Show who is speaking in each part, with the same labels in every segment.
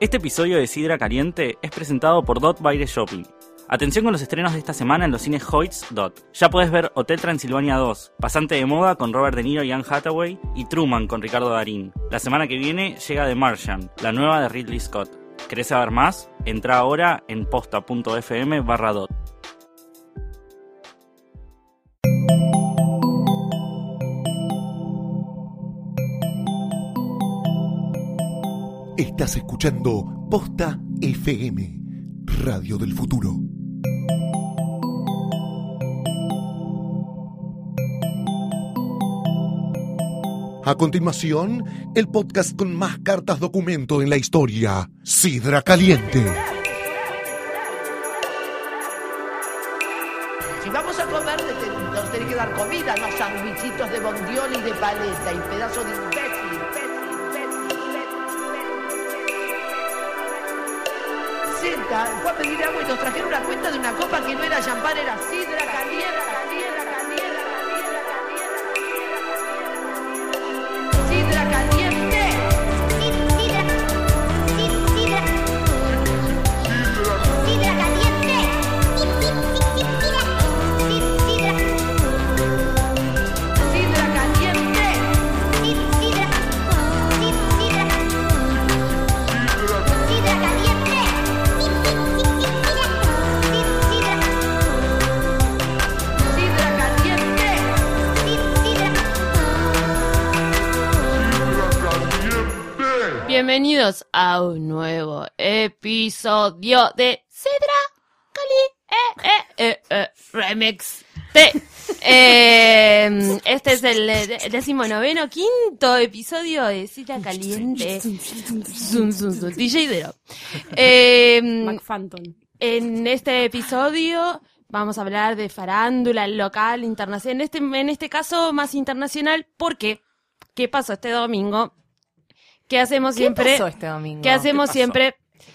Speaker 1: Este episodio de Sidra Caliente es presentado por Dot by The Shopping. Atención con los estrenos de esta semana en los cines Hoyts Dot. Ya puedes ver Hotel Transilvania 2, Pasante de Moda con Robert De Niro y Anne Hathaway y Truman con Ricardo Darín. La semana que viene llega The Martian, la nueva de Ridley Scott. ¿Querés saber más? Entra ahora en posta.fm barra dot.
Speaker 2: Estás escuchando Posta FM, Radio del Futuro. A continuación, el podcast con más cartas documento en la historia, Sidra Caliente.
Speaker 3: Si vamos a comer, te- te- nos tenés que dar comida, no sandwichitos de bondioli y de paleta y pedazos de imbécil. Senta, fue a pedir agua y nos trajeron una cuenta de una copa que no era champán, era sidra caliente. caliente, caliente, caliente, caliente, caliente. Sidra caliente. Sidra caliente. Sidra caliente.
Speaker 4: Bienvenidos a un nuevo episodio de Sidra Cali eh, eh, eh, eh, Remix. Te- eh, este es el eh, decimonoveno, quinto episodio de Sidra Caliente. Zum, zum, zum. DJ Dero.
Speaker 5: Mm.
Speaker 4: Eh,
Speaker 6: McFanton.
Speaker 4: en este episodio vamos a hablar de farándula local, internacional, en este, en este caso más internacional, porque ¿qué pasó este domingo? ¿Qué hacemos siempre?
Speaker 5: ¿Qué pasó este domingo?
Speaker 4: ¿Qué hacemos
Speaker 1: pasó?
Speaker 4: siempre?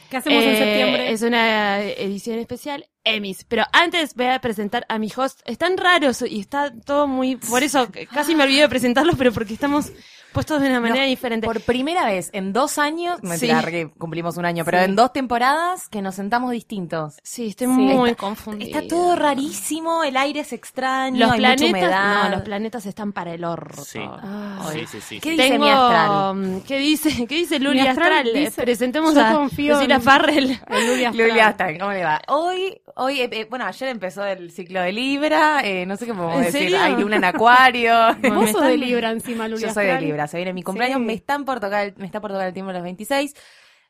Speaker 6: ¿Qué hacemos en
Speaker 4: Eh,
Speaker 6: septiembre?
Speaker 4: Es una edición especial, Emis. Pero antes voy a presentar a mi host. Están raros y está todo muy... Por eso c- casi me olvidé de presentarlos, pero porque estamos puestos de una manera diferente.
Speaker 5: Por primera vez en dos años, me
Speaker 4: Sí.
Speaker 5: que cumplimos un año, pero
Speaker 4: Sí.
Speaker 5: en dos temporadas que nos sentamos distintos.
Speaker 4: Sí, estoy
Speaker 5: Sí.
Speaker 4: muy
Speaker 5: Está-
Speaker 4: confundida.
Speaker 5: Está todo rarísimo, el aire es extraño,
Speaker 4: Los
Speaker 5: hay mucha humedad.
Speaker 4: planetas, no, los planetas están para el orto.
Speaker 1: Sí.
Speaker 5: Ay.
Speaker 1: Sí, sí, sí.
Speaker 5: ¿Qué dice
Speaker 4: Tengo, mm,
Speaker 5: mi astral?
Speaker 4: ¿Qué dice? ¿Qué dice Luli
Speaker 6: Mi astral
Speaker 4: Astral? Eh,
Speaker 6: dice,
Speaker 4: Presentemos
Speaker 6: yo
Speaker 4: a
Speaker 6: confío
Speaker 4: Lucila
Speaker 6: en-
Speaker 4: Farrell.
Speaker 6: El Luli Astral.
Speaker 5: Luli Astral, ¿cómo le va? Hoy, hoy eh, eh, bueno, ayer empezó el ciclo de Libra, eh, no sé cómo
Speaker 4: ¿En
Speaker 5: decir,
Speaker 4: serio?
Speaker 5: hay luna en Acuario.
Speaker 4: Bueno,
Speaker 6: Vos
Speaker 4: me
Speaker 6: sos de
Speaker 4: están-
Speaker 6: Libra encima, Luli
Speaker 5: Yo soy
Speaker 6: Astral.
Speaker 5: de Libra, se viene mi cumpleaños,
Speaker 6: Sí.
Speaker 5: me están por tocar, el- me está por tocar el tiempo a los 26.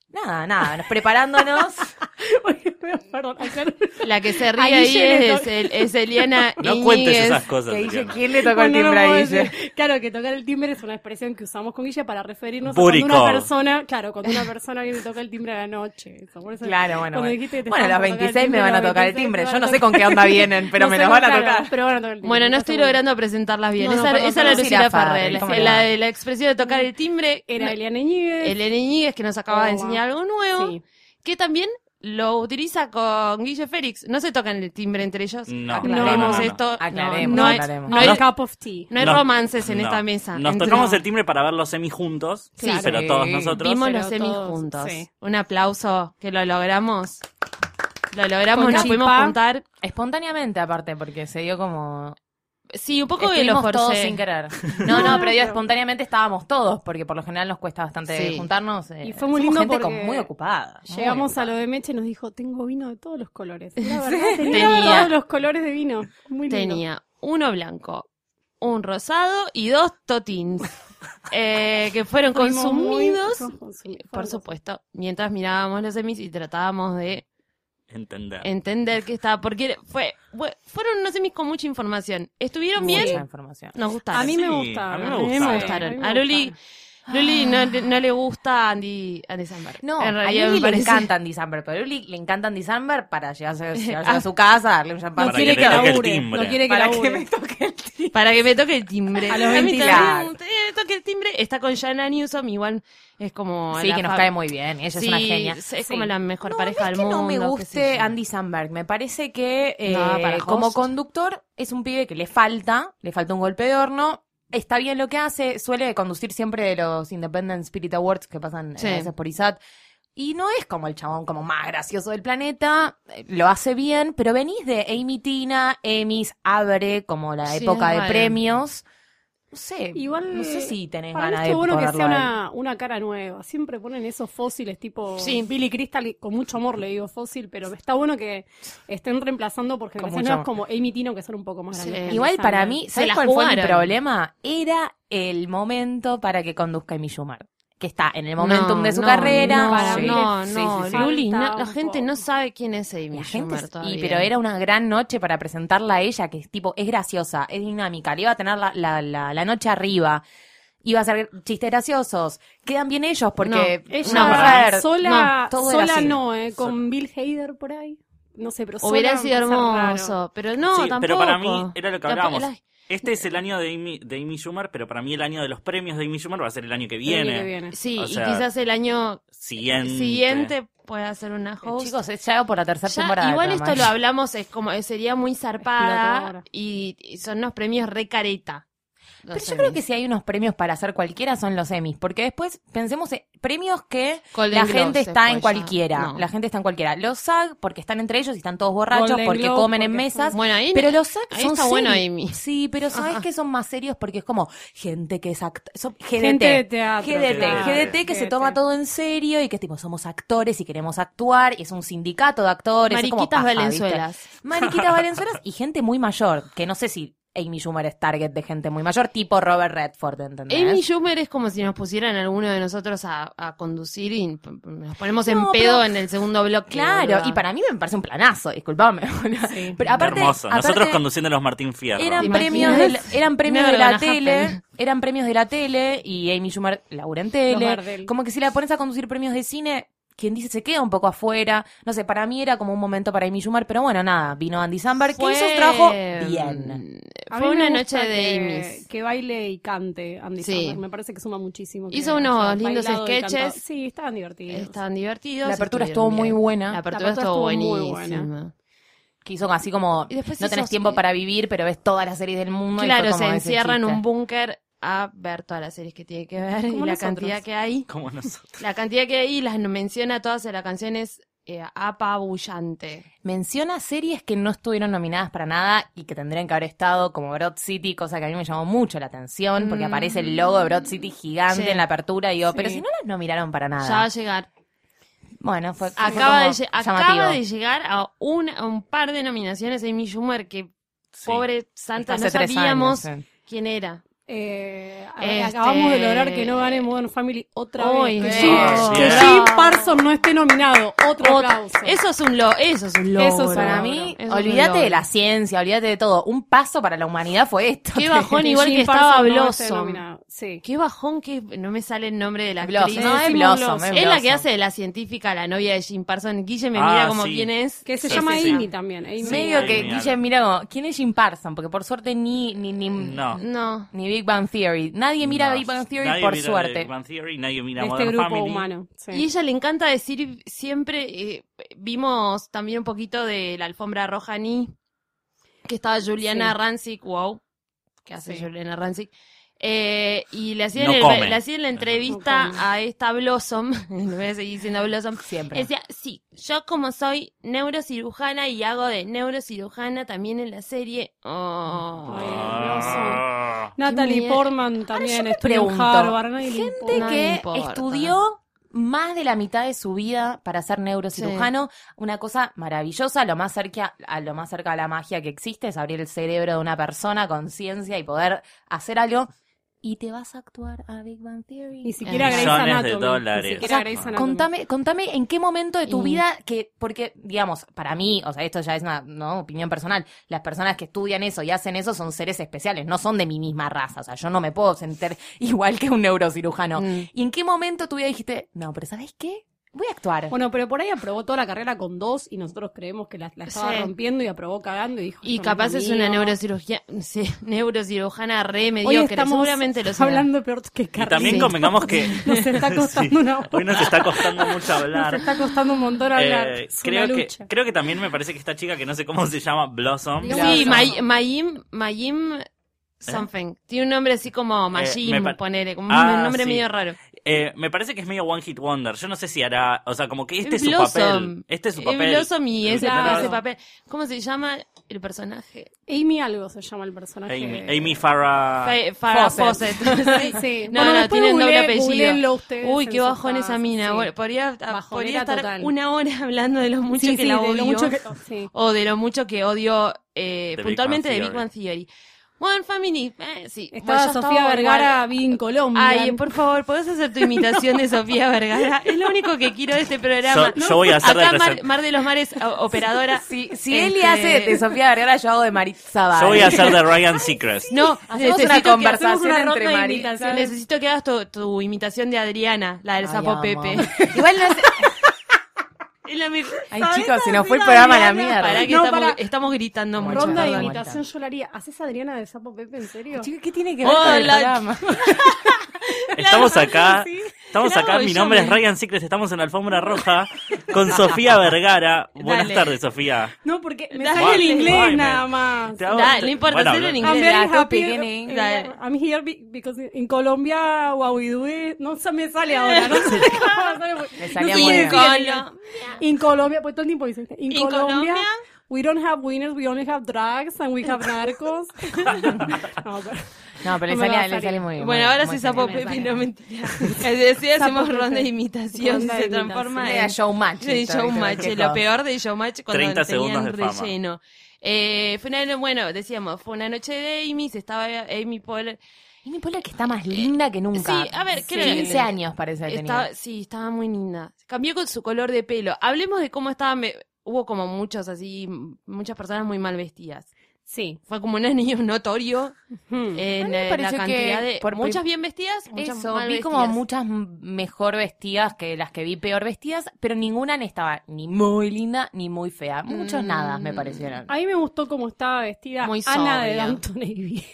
Speaker 5: Nada, nada, nos preparándonos.
Speaker 6: Perdón, ayer
Speaker 4: La que se ríe
Speaker 6: Ahí
Speaker 4: ahí
Speaker 6: llegué,
Speaker 4: es,
Speaker 6: to-
Speaker 4: el- es Eliana
Speaker 1: No
Speaker 4: Iñiguez.
Speaker 1: cuentes esas cosas.
Speaker 5: que Guille,
Speaker 1: Adriana.
Speaker 5: ¿quién le tocó
Speaker 6: Bueno,
Speaker 5: el
Speaker 6: no
Speaker 5: timbre
Speaker 6: puedo
Speaker 5: a Guille?
Speaker 6: decir. Claro, que tocar el timbre es una expresión que usamos con Guille para referirnos a cuando
Speaker 1: Burico.
Speaker 6: una persona, claro, cuando una persona viene y toca el timbre a la noche. Eso, por eso-
Speaker 5: Claro, bueno.
Speaker 6: cuando
Speaker 5: Bueno,
Speaker 6: dijiste que te
Speaker 5: Bueno, a los
Speaker 6: estaban por tocar el
Speaker 5: 26 me
Speaker 6: timbre,
Speaker 5: van a
Speaker 6: los
Speaker 5: tocar el
Speaker 6: 26
Speaker 5: timbre.
Speaker 6: te
Speaker 5: Yo
Speaker 6: van
Speaker 5: no
Speaker 6: a
Speaker 5: sé
Speaker 6: tocar-
Speaker 5: con qué onda vienen, pero
Speaker 6: No
Speaker 5: me
Speaker 6: sé
Speaker 5: los van a
Speaker 6: cómo, claro,
Speaker 5: tocar.
Speaker 6: Pero van a tocar el timbre.
Speaker 4: Bueno, no
Speaker 6: está
Speaker 4: estoy
Speaker 6: seguro.
Speaker 4: logrando presentarlas bien.
Speaker 5: No,
Speaker 4: esa esa
Speaker 5: perdón,
Speaker 4: es la
Speaker 5: Lucila
Speaker 4: Lucila Farrell.
Speaker 5: Farrell, ¿cómo le
Speaker 4: la,
Speaker 5: va?
Speaker 4: la expresión de tocar el timbre.
Speaker 6: Era
Speaker 4: no,
Speaker 6: Eliana Iñiguez.
Speaker 4: Elena Iñiguez que nos acaba de
Speaker 6: Oh,
Speaker 4: enseñar algo nuevo.
Speaker 6: Sí.
Speaker 4: Que también lo utiliza con Guille Félix. No se tocan el timbre entre ellos.
Speaker 1: No,
Speaker 4: Aclaremos
Speaker 6: no, no, no.
Speaker 4: esto.
Speaker 5: Aclaremos,
Speaker 4: no, no hay-
Speaker 5: aclaremos.
Speaker 4: no hay-
Speaker 6: A cup of tea.
Speaker 4: no hay
Speaker 1: Nos-
Speaker 4: romances en
Speaker 1: no.
Speaker 4: esta mesa.
Speaker 1: Nos
Speaker 4: Entre-
Speaker 1: tocamos el timbre para ver los semis juntos,
Speaker 4: Sí.
Speaker 1: pero
Speaker 5: Sí.
Speaker 1: todos nosotros.
Speaker 4: Vimos
Speaker 6: Pero
Speaker 4: los semis
Speaker 6: todos,
Speaker 4: juntos.
Speaker 6: sí.
Speaker 4: Un aplauso que lo logramos. Lo logramos,
Speaker 6: Con
Speaker 4: nos pudimos
Speaker 6: chispa.
Speaker 4: juntar.
Speaker 5: Espontáneamente, aparte, porque se dio como.
Speaker 4: Sí, un poco de los
Speaker 5: Estuvimos todos
Speaker 4: forcé.
Speaker 5: sin querer. No, no, pero digo, espontáneamente estábamos todos, porque por lo general nos cuesta bastante
Speaker 4: Sí.
Speaker 5: juntarnos. eh,
Speaker 6: Y fue muy
Speaker 5: somos
Speaker 6: lindo
Speaker 5: gente
Speaker 6: porque
Speaker 5: con- muy ocupada. muy
Speaker 6: Llegamos
Speaker 5: ocupada.
Speaker 6: a lo de Meche y nos dijo, tengo vino de todos los colores. La verdad, tenía,
Speaker 4: Tenía.
Speaker 6: todos los colores de vino. Muy lindo.
Speaker 4: tenía uno blanco, un rosado y dos totins eh, que fueron
Speaker 6: Fuimos muy-
Speaker 4: consumidos,
Speaker 6: fuimos consumidos.
Speaker 4: por supuesto, mientras mirábamos los semis y tratábamos de
Speaker 1: Entender.
Speaker 4: entender qué estaba, porque fue, fue- fueron unos semis con mucha información. ¿Estuvieron
Speaker 5: Mucha
Speaker 4: bien?
Speaker 5: información.
Speaker 4: Nos gustaron.
Speaker 6: A mí me
Speaker 1: Sí,
Speaker 6: gustaron.
Speaker 1: a mí me
Speaker 4: A mí
Speaker 1: gustaron.
Speaker 4: me gustaron.
Speaker 6: Sí,
Speaker 4: A
Speaker 6: me
Speaker 4: Luli,
Speaker 6: gustaron.
Speaker 4: Luli no, le- no le gusta Andy, Andy Samberg.
Speaker 5: Ah. No,
Speaker 4: En
Speaker 5: a
Speaker 4: realidad me
Speaker 5: Luli le
Speaker 4: parece-
Speaker 5: encantan December, pero a Luli le encantan December para llegarse, llevarse a su casa, darle un champán.
Speaker 6: No
Speaker 1: Para
Speaker 6: quiere
Speaker 1: que
Speaker 6: que,
Speaker 1: te toque el
Speaker 6: labure.
Speaker 1: timbre.
Speaker 6: No quiere que
Speaker 5: Para que
Speaker 6: labure.
Speaker 5: me toque el timbre.
Speaker 4: Para que me toque el timbre.
Speaker 6: A los
Speaker 4: mí también eh,
Speaker 5: 24.
Speaker 4: me toque el timbre. Está con Jana Newsom, igual es como.
Speaker 5: Sí,
Speaker 4: la
Speaker 5: que nos
Speaker 4: fa-
Speaker 5: cae muy bien, ella es una
Speaker 4: Sí,
Speaker 5: genia.
Speaker 4: Es
Speaker 5: Sí.
Speaker 4: como la mejor
Speaker 5: No,
Speaker 4: pareja
Speaker 5: no es
Speaker 4: del
Speaker 5: que
Speaker 4: mundo.
Speaker 5: no me
Speaker 4: qué sé
Speaker 5: guste
Speaker 4: yo.
Speaker 5: Andy Samberg. Me parece que eh,
Speaker 4: No, para host.
Speaker 5: como conductor es un pibe que le falta, le falta un golpe de horno. Está bien lo que hace, suele conducir siempre de los Independent Spirit Awards que pasan eh,
Speaker 4: Sí.
Speaker 5: a veces por ISAT. Y no es como el chabón como más gracioso del planeta, eh, lo hace bien, pero venís de Amy Tina, Emmys, Abre, como la
Speaker 4: Sí,
Speaker 5: época
Speaker 4: es
Speaker 5: de
Speaker 4: raro.
Speaker 5: premios. No sé,
Speaker 6: Igual,
Speaker 5: no sé si tenés
Speaker 6: Para mí
Speaker 5: ganas de
Speaker 6: estuvo bueno que
Speaker 5: ponerlo
Speaker 6: sea
Speaker 5: a él.
Speaker 6: una, una cara nueva. Siempre ponen esos fósiles tipo
Speaker 4: Sí.
Speaker 6: Billy Crystal, y con mucho amor le digo fósil, pero está bueno que estén reemplazando porque
Speaker 5: Con
Speaker 6: generaciones
Speaker 5: mucho
Speaker 6: nuevas
Speaker 5: amor.
Speaker 6: como Amy Tino, que son un poco más
Speaker 4: Sí.
Speaker 6: grandes. que
Speaker 5: Igual
Speaker 6: Alexander.
Speaker 5: para mí,
Speaker 4: Se
Speaker 5: ¿sabes
Speaker 4: la
Speaker 5: cuál fue mi
Speaker 4: jugaron.
Speaker 5: problema? Era el momento para que conduzca Amy Schumer, que está en el momentum
Speaker 4: No,
Speaker 5: de su
Speaker 4: no,
Speaker 5: carrera.
Speaker 4: No,
Speaker 6: Para mí
Speaker 4: no,
Speaker 6: le-
Speaker 4: no,
Speaker 6: sí, sí, sí.
Speaker 4: Luli, no,
Speaker 6: Falta
Speaker 4: la
Speaker 6: un
Speaker 4: gente
Speaker 6: poco.
Speaker 4: no sabe quién es Amy
Speaker 5: La gente,
Speaker 4: Schumer
Speaker 5: es-
Speaker 4: todavía.
Speaker 5: y, pero era una gran noche para presentarla a ella, que es tipo, es graciosa, es dinámica, le iba a tener la, la, la, la noche arriba, iba a hacer chistes graciosos, quedan bien ellos porque
Speaker 4: No,
Speaker 6: Ella
Speaker 4: No,
Speaker 6: ahora
Speaker 5: mujer,
Speaker 6: sola,
Speaker 5: no, todo era
Speaker 6: sola
Speaker 5: así.
Speaker 6: no, eh, con Bill Hader por ahí. No sé, pero sola
Speaker 4: Hubiera
Speaker 6: me
Speaker 4: sido
Speaker 6: parece raro.
Speaker 4: hermoso, pero no,
Speaker 1: Sí,
Speaker 4: tampoco.
Speaker 1: pero para mí era lo que
Speaker 4: La-
Speaker 1: hablábamos.
Speaker 4: la-
Speaker 1: Este es el año de Amy, de Amy Schumer, pero para mí el año de los premios de Amy Schumer va a ser el año que
Speaker 6: El año
Speaker 1: viene.
Speaker 6: que viene.
Speaker 4: sí,
Speaker 1: O
Speaker 4: y
Speaker 1: sea,
Speaker 4: quizás el año
Speaker 1: Siguiente.
Speaker 4: siguiente pueda ser una host.
Speaker 5: Chicos, es ya por la tercera
Speaker 4: Ya,
Speaker 5: temporada.
Speaker 4: igual
Speaker 5: nada
Speaker 4: esto
Speaker 5: más.
Speaker 4: lo hablamos, es como sería muy zarpada
Speaker 6: Explotadora.
Speaker 4: y, y son unos premios re careta. Los
Speaker 5: Pero yo creo que
Speaker 4: Emmys.
Speaker 5: si hay unos premios para hacer cualquiera son los Emmys, porque después pensemos en premios que
Speaker 4: Golden
Speaker 5: la
Speaker 4: Globes
Speaker 5: gente está
Speaker 4: después
Speaker 5: en
Speaker 4: ya,
Speaker 5: cualquiera,
Speaker 4: no.
Speaker 5: la gente está en cualquiera. Los SAG porque están entre ellos y están todos borrachos,
Speaker 6: Golden
Speaker 5: porque
Speaker 6: Globe,
Speaker 5: comen en
Speaker 6: porque
Speaker 5: mesas.
Speaker 4: Bueno, ahí,
Speaker 5: Pero los SAG
Speaker 4: ahí
Speaker 5: son
Speaker 4: está bueno
Speaker 5: serios.
Speaker 4: Amy.
Speaker 5: Sí, pero sabes
Speaker 4: Ajá.
Speaker 5: que son más serios porque es como gente que es act- son- GDT.
Speaker 6: Gente de teatro.
Speaker 5: GDT,
Speaker 6: claro.
Speaker 5: GDT que se toma todo en serio y que tipo somos actores y queremos actuar y es un sindicato de actores. es como
Speaker 4: Mariquitas
Speaker 5: paja, ¿viste?
Speaker 4: Valenzuelas.
Speaker 5: Mariquitas Valenzuelas y gente muy mayor, que no sé si Amy Schumer es target de gente muy mayor, tipo Robert Redford, ¿entendés?
Speaker 4: Amy Schumer es como si nos pusieran alguno de nosotros a, a conducir y p- p- nos ponemos en
Speaker 5: No,
Speaker 4: pedo
Speaker 5: pero-
Speaker 4: en el segundo bloque.
Speaker 5: Claro,
Speaker 4: boluda.
Speaker 5: y para mí me parece un planazo, disculpame.
Speaker 6: Sí.
Speaker 5: Pero aparte,
Speaker 1: Hermoso. Nosotros
Speaker 5: aparte,
Speaker 1: conduciendo los Martín Fierro.
Speaker 5: eran
Speaker 4: ¿Te
Speaker 5: premios, de la,
Speaker 4: imaginas?
Speaker 5: eran premios
Speaker 4: Never
Speaker 5: de la
Speaker 4: gonna
Speaker 5: tele,
Speaker 4: happen.
Speaker 5: eran premios de la tele y Amy Schumer labura en
Speaker 6: Los
Speaker 5: tele.
Speaker 6: Gardel.
Speaker 5: Como que si la pones a conducir premios de cine, quien dice se queda un poco afuera. No sé, para mí era como un momento para Amy Schumer, pero bueno, nada, vino Andy Samberg que
Speaker 4: Fue- mm,
Speaker 5: hizo su trabajo bien.
Speaker 6: A
Speaker 4: Fue
Speaker 6: mí me
Speaker 4: una noche
Speaker 6: gusta
Speaker 4: de
Speaker 6: que-
Speaker 4: Amy's.
Speaker 6: Que baile y cante Andy
Speaker 4: Sí.
Speaker 6: Samberg. Me parece que suma muchísimo. que
Speaker 4: Hizo
Speaker 6: haya
Speaker 4: unos lindos
Speaker 6: bailado y
Speaker 4: sketches.
Speaker 6: cantado. Sí, estaban divertidos.
Speaker 4: Estaban divertidos.
Speaker 5: La apertura
Speaker 4: estuvieron
Speaker 5: estuvo muy
Speaker 4: bien.
Speaker 5: buena.
Speaker 4: La apertura,
Speaker 6: La apertura
Speaker 4: estuvo
Speaker 6: estuvo muy buena.
Speaker 4: buenísima.
Speaker 5: Que hizo así como,
Speaker 4: Y después
Speaker 5: no tenés
Speaker 4: hizo-
Speaker 5: tiempo para vivir, pero ves todas las series del mundo. y fue
Speaker 4: Claro,
Speaker 5: como
Speaker 4: se
Speaker 5: ese
Speaker 4: encierra en
Speaker 5: chiste.
Speaker 4: un búnker a ver todas las series que tiene que ver y la
Speaker 6: Como nosotros.
Speaker 4: cantidad que hay.
Speaker 1: Como nosotros.
Speaker 4: La cantidad que hay, las menciona todas en la canción es eh, apabullante.
Speaker 5: Menciona series que no estuvieron nominadas para nada y que tendrían que haber estado, como Broad City, cosa que a mí me llamó mucho la atención, porque
Speaker 4: Mm.
Speaker 5: aparece el logo de Broad City gigante
Speaker 4: Sí.
Speaker 5: en la apertura y digo,
Speaker 6: Sí.
Speaker 5: pero si no las nominaron para
Speaker 4: Ya va a
Speaker 5: nada.
Speaker 4: llegar.
Speaker 5: Bueno, fue, fue
Speaker 4: Acaba, de,
Speaker 5: como
Speaker 4: lle- acaba
Speaker 5: llamativo.
Speaker 4: de llegar a un, a un par de nominaciones Amy Schumer que,
Speaker 1: Sí.
Speaker 4: pobre santa,
Speaker 5: Hace
Speaker 4: no
Speaker 5: tres
Speaker 4: sabíamos
Speaker 5: años, sí.
Speaker 4: quién era.
Speaker 6: Eh, a-
Speaker 4: Este-
Speaker 6: Acabamos de lograr que no gane Modern Family otra
Speaker 4: Hoy,
Speaker 6: vez. Que
Speaker 1: sí.
Speaker 6: Jim,
Speaker 1: Ah,
Speaker 6: que
Speaker 1: sí.
Speaker 6: Jim Parson no esté nominado. Otro
Speaker 4: Otra-
Speaker 6: aplauso.
Speaker 4: Eso es un lo, eso es un logro.
Speaker 6: Eso es un
Speaker 5: Para
Speaker 6: logro.
Speaker 5: mí,
Speaker 4: Eso es un
Speaker 5: olvídate
Speaker 4: logro.
Speaker 5: de la ciencia, olvídate de todo. Un paso para la humanidad fue esto.
Speaker 4: Qué bajón
Speaker 6: Que
Speaker 4: igual
Speaker 6: Jim
Speaker 4: que estaba
Speaker 6: Parsons no esté
Speaker 4: Blossom.
Speaker 6: nominado. Sí.
Speaker 4: Qué bajón que no me sale el nombre de la
Speaker 5: Blossom.
Speaker 4: actriz.
Speaker 5: No, es
Speaker 6: Decimos
Speaker 5: Blossom,
Speaker 6: Blossom.
Speaker 5: es
Speaker 4: Es la que
Speaker 5: Blossom.
Speaker 4: hace de la científica, la novia de Jim Parsons. Guille me
Speaker 1: Ah,
Speaker 4: mira como
Speaker 1: sí.
Speaker 4: quién es.
Speaker 6: Que se
Speaker 1: Sí,
Speaker 6: llama
Speaker 1: sí, sí.
Speaker 6: Amy también. Amy.
Speaker 5: Medio
Speaker 1: Sí,
Speaker 5: que
Speaker 1: genial.
Speaker 5: Guillem mira como, ¿quién es Jim Parson? Porque por suerte ni ni ni,
Speaker 1: No.
Speaker 4: No.
Speaker 5: ni Big Bang Theory. Nadie mira
Speaker 1: No,
Speaker 5: Big Bang Theory
Speaker 1: nadie
Speaker 5: por
Speaker 1: mira
Speaker 5: suerte.
Speaker 1: Big Bang Theory, nadie mira
Speaker 6: de este
Speaker 1: Modern
Speaker 6: grupo
Speaker 1: Family.
Speaker 6: humano. Sí.
Speaker 4: Y ella le encanta decir siempre, eh, vimos también un poquito de la alfombra roja ni que estaba Juliana
Speaker 6: Sí.
Speaker 4: Rancic, wow, que hace
Speaker 6: Sí.
Speaker 4: Juliana Rancic. Eh, y le hacían,
Speaker 1: No
Speaker 4: el-
Speaker 1: come.
Speaker 4: le hacían la entrevista
Speaker 6: No come.
Speaker 4: a esta Blossom, le voy a seguir diciendo Blossom,
Speaker 5: Siempre.
Speaker 4: Decía, sí, yo como soy neurocirujana y hago de neurocirujana también en la serie. Oh.
Speaker 6: Ay,
Speaker 1: Ah.
Speaker 6: Natalie
Speaker 4: mierda.
Speaker 6: Portman también
Speaker 5: me
Speaker 6: estudió en
Speaker 5: pregunto,
Speaker 6: Harvard. nadie le
Speaker 5: Gente
Speaker 6: importa.
Speaker 4: No
Speaker 5: que
Speaker 4: importa.
Speaker 5: estudió más de la mitad de su vida para ser neurocirujano, una cosa maravillosa, lo más cerca a lo más cerca a la magia que existe es abrir el cerebro de una persona con ciencia y poder hacer algo y te vas a actuar a Big Bang Theory.
Speaker 6: Ni siquiera Grey's
Speaker 1: Millones de
Speaker 6: Anatomy.
Speaker 1: dólares.
Speaker 6: Ni
Speaker 1: O
Speaker 6: siquiera
Speaker 1: sea,
Speaker 6: Grey's Anatomy.
Speaker 5: Contame, contame en qué momento de tu
Speaker 4: Y-
Speaker 5: vida que, porque, digamos, para mí, o sea, esto ya es una ¿no? opinión personal, las personas que estudian eso y hacen eso son seres especiales, no son de mi misma raza, o sea, yo no me puedo sentir igual que un neurocirujano.
Speaker 4: Mm.
Speaker 5: ¿Y en qué momento tu vida dijiste, no, pero ¿sabes qué? Voy a actuar.
Speaker 6: Bueno, pero por ahí aprobó toda la carrera con dos y nosotros creemos que la, la estaba
Speaker 4: Sí.
Speaker 6: rompiendo y aprobó cagando y dijo.
Speaker 4: Y
Speaker 6: "Esto no
Speaker 4: capaz
Speaker 6: lo
Speaker 4: es una
Speaker 6: mío".
Speaker 4: neurocirugía, sí, neurocirujana re
Speaker 6: Hoy
Speaker 4: mediocre.
Speaker 6: estamos
Speaker 4: Seguramente lo será.
Speaker 6: hablando peor que
Speaker 1: Y
Speaker 6: Carlitos.
Speaker 1: también convengamos que...
Speaker 6: Nos está costando
Speaker 1: Sí.
Speaker 6: una hora.
Speaker 1: Hoy nos está costando mucho hablar.
Speaker 6: Nos está costando un montón hablar.
Speaker 1: Eh,
Speaker 6: es
Speaker 1: creo,
Speaker 6: una
Speaker 1: que,
Speaker 6: lucha.
Speaker 1: creo que también me parece que esta chica que no sé cómo se llama, Blossom.
Speaker 5: Blossom.
Speaker 4: Sí,
Speaker 5: Claro.
Speaker 4: May- Mayim, Mayim something. Tiene un nombre así como Mayim,
Speaker 1: ¿Eh? me pa-
Speaker 4: ponele, como
Speaker 1: Ah,
Speaker 4: un nombre
Speaker 1: sí.
Speaker 4: medio raro.
Speaker 1: Eh, me parece que es medio One Hit Wonder. Yo no sé si hará. O sea, como que este es su
Speaker 4: Blossom.
Speaker 1: papel. Este es su
Speaker 4: Eh,
Speaker 1: papel.
Speaker 4: Blossom y ese,
Speaker 6: Claro.
Speaker 4: ese papel. ¿Cómo se llama el personaje?
Speaker 6: Amy algo se llama el personaje.
Speaker 1: Amy, Amy Farrah.
Speaker 4: Fa- Farrah
Speaker 6: Fawcett.
Speaker 4: Fawcett.
Speaker 6: Sí, sí.
Speaker 4: No,
Speaker 6: Bueno,
Speaker 4: no,
Speaker 6: después
Speaker 4: tienen doble
Speaker 6: googleé-
Speaker 4: apellido.
Speaker 6: googleenlo ustedes
Speaker 4: Uy,
Speaker 6: en
Speaker 4: qué
Speaker 6: sus
Speaker 4: bajón esa
Speaker 6: casas,
Speaker 4: mina.
Speaker 6: sí.
Speaker 4: Bueno, Podría, podría estar
Speaker 6: total.
Speaker 4: una hora hablando de lo mucho
Speaker 6: Sí,
Speaker 4: que
Speaker 6: sí,
Speaker 4: la
Speaker 6: de
Speaker 4: odio.
Speaker 6: lo mucho que- sí.
Speaker 4: O de lo mucho que odio eh,
Speaker 1: The Big
Speaker 4: puntualmente
Speaker 1: Bang
Speaker 4: de Big
Speaker 1: Theory.
Speaker 4: Bang Theory. One Family. eh, sí.
Speaker 6: Estaba
Speaker 4: Bueno, ya
Speaker 6: Sofía
Speaker 4: estaba
Speaker 6: Vergara,
Speaker 4: igual.
Speaker 6: vi en Colombia.
Speaker 4: Ay, por favor, ¿podés hacer tu imitación de Sofía Vergara? Es lo único que quiero de este programa.
Speaker 1: Yo- yo voy a hacer de
Speaker 4: Acá Mar,
Speaker 1: present-
Speaker 4: Mar de los Mares, o- operadora.
Speaker 5: Si, si Eli
Speaker 4: Este-
Speaker 5: hace de Sofía Vergara, yo hago de Marit Zavala.
Speaker 1: Yo voy a hacer de Ryan Seacrest.
Speaker 4: No,
Speaker 5: Hacemos
Speaker 4: necesito
Speaker 5: una
Speaker 4: que-
Speaker 5: conversación
Speaker 4: hacemos una
Speaker 5: entre
Speaker 4: ronda de
Speaker 5: Marit,
Speaker 4: imitaciones.
Speaker 5: ¿sabes?
Speaker 4: Necesito que hagas tu, tu imitación de Adriana, la del
Speaker 5: Ay,
Speaker 4: sapo
Speaker 5: amo.
Speaker 4: Pepe.
Speaker 5: Igual no hace-
Speaker 4: Es la mejor.
Speaker 5: Ay,
Speaker 4: ¿Sabés
Speaker 5: chicos, se nos
Speaker 4: hacer
Speaker 5: fue el programa a la
Speaker 4: Adriana?
Speaker 5: mierda.
Speaker 4: Pará que
Speaker 6: No,
Speaker 4: estamos,
Speaker 6: pará.
Speaker 4: estamos gritando mucho.
Speaker 6: Ronda de
Speaker 4: perdón.
Speaker 6: imitación yo la haría. ¿Haces Adriana de Sapo Pepe, en serio?
Speaker 5: Chica, ¿qué tiene que ver con el
Speaker 4: Hola.
Speaker 5: programa?
Speaker 1: Estamos acá. Estamos
Speaker 4: Claro,
Speaker 1: acá. Mi
Speaker 4: yo
Speaker 1: nombre
Speaker 4: me-
Speaker 1: es Ryan Seacrest. Estamos en la alfombra roja con Sofía Vergara. Buenas
Speaker 4: Dale.
Speaker 1: tardes, Sofía.
Speaker 6: No, porque me
Speaker 4: Dale.
Speaker 6: sale el inglés
Speaker 1: Ay, me-
Speaker 6: nada más.
Speaker 1: Te hago-
Speaker 4: Da,
Speaker 1: te-
Speaker 4: no importa,
Speaker 1: bueno,
Speaker 4: hacerlo en
Speaker 1: habla-
Speaker 6: I'm
Speaker 4: inglés.
Speaker 6: very
Speaker 5: Relato
Speaker 6: happy.
Speaker 5: beginning.
Speaker 6: eh,
Speaker 4: Dale.
Speaker 6: I'm here be- because in Colombia, wow, we do it. No se me sale ahora. No sé cómo sale.
Speaker 5: Me
Speaker 6: pues, No
Speaker 5: salía
Speaker 6: sé
Speaker 5: muy
Speaker 6: qué
Speaker 5: bien.
Speaker 6: decir en inglés. In Colombia, pues todo el tiempo dicen, in,
Speaker 4: In
Speaker 6: Colombia,
Speaker 4: Colombia.
Speaker 6: we don't have winners, we only have drugs and we have narcos. no, pero-
Speaker 5: No, pero le
Speaker 6: No me va a
Speaker 5: salía, le
Speaker 6: salir.
Speaker 5: salía muy bien.
Speaker 4: Bueno, ahora
Speaker 5: muy
Speaker 4: sí
Speaker 5: genial.
Speaker 4: sapo Pepe, no mentira. Es decir, hacemos ronda de imitación,
Speaker 6: Ronda de
Speaker 4: se transforma
Speaker 5: imitación.
Speaker 4: en
Speaker 5: Era showmatch
Speaker 4: Sí,
Speaker 5: esto, ¿viste?
Speaker 4: showmatch,
Speaker 5: Qué
Speaker 4: lo
Speaker 5: cosa.
Speaker 4: peor de showmatch cuando
Speaker 1: 30
Speaker 4: tenían
Speaker 1: segundos de fama.
Speaker 4: relleno. Eh, fue una, bueno, decíamos, fue una noche de Amy, se estaba Amy Poehler,
Speaker 5: Amy Poehler que está más linda que nunca.
Speaker 4: Sí, a ver, ¿qué
Speaker 5: Sí,
Speaker 4: le-
Speaker 5: 15 años parece que tenía.
Speaker 4: Estaba, sí, estaba muy linda. Cambió con su color de pelo. Hablemos de cómo estaba. me- hubo como muchos así, m- muchas personas muy mal vestidas.
Speaker 6: sí.
Speaker 4: Fue como un anillo notorio
Speaker 6: hmm.
Speaker 4: en
Speaker 5: me
Speaker 4: eh, la
Speaker 5: pareció
Speaker 4: cantidad
Speaker 5: que
Speaker 4: de.
Speaker 5: por prim-
Speaker 4: muchas bien vestidas, muchas
Speaker 5: Eso,
Speaker 4: mal
Speaker 5: vi
Speaker 4: vestidas.
Speaker 5: como muchas m- mejor vestidas que las que vi peor vestidas, pero ninguna ni estaba ni muy linda ni muy fea. Muchos
Speaker 4: Mm.
Speaker 5: nada me parecieron.
Speaker 6: A mí me gustó cómo estaba vestida
Speaker 4: Muy
Speaker 6: Ana de
Speaker 4: sobria.
Speaker 6: Antonelli.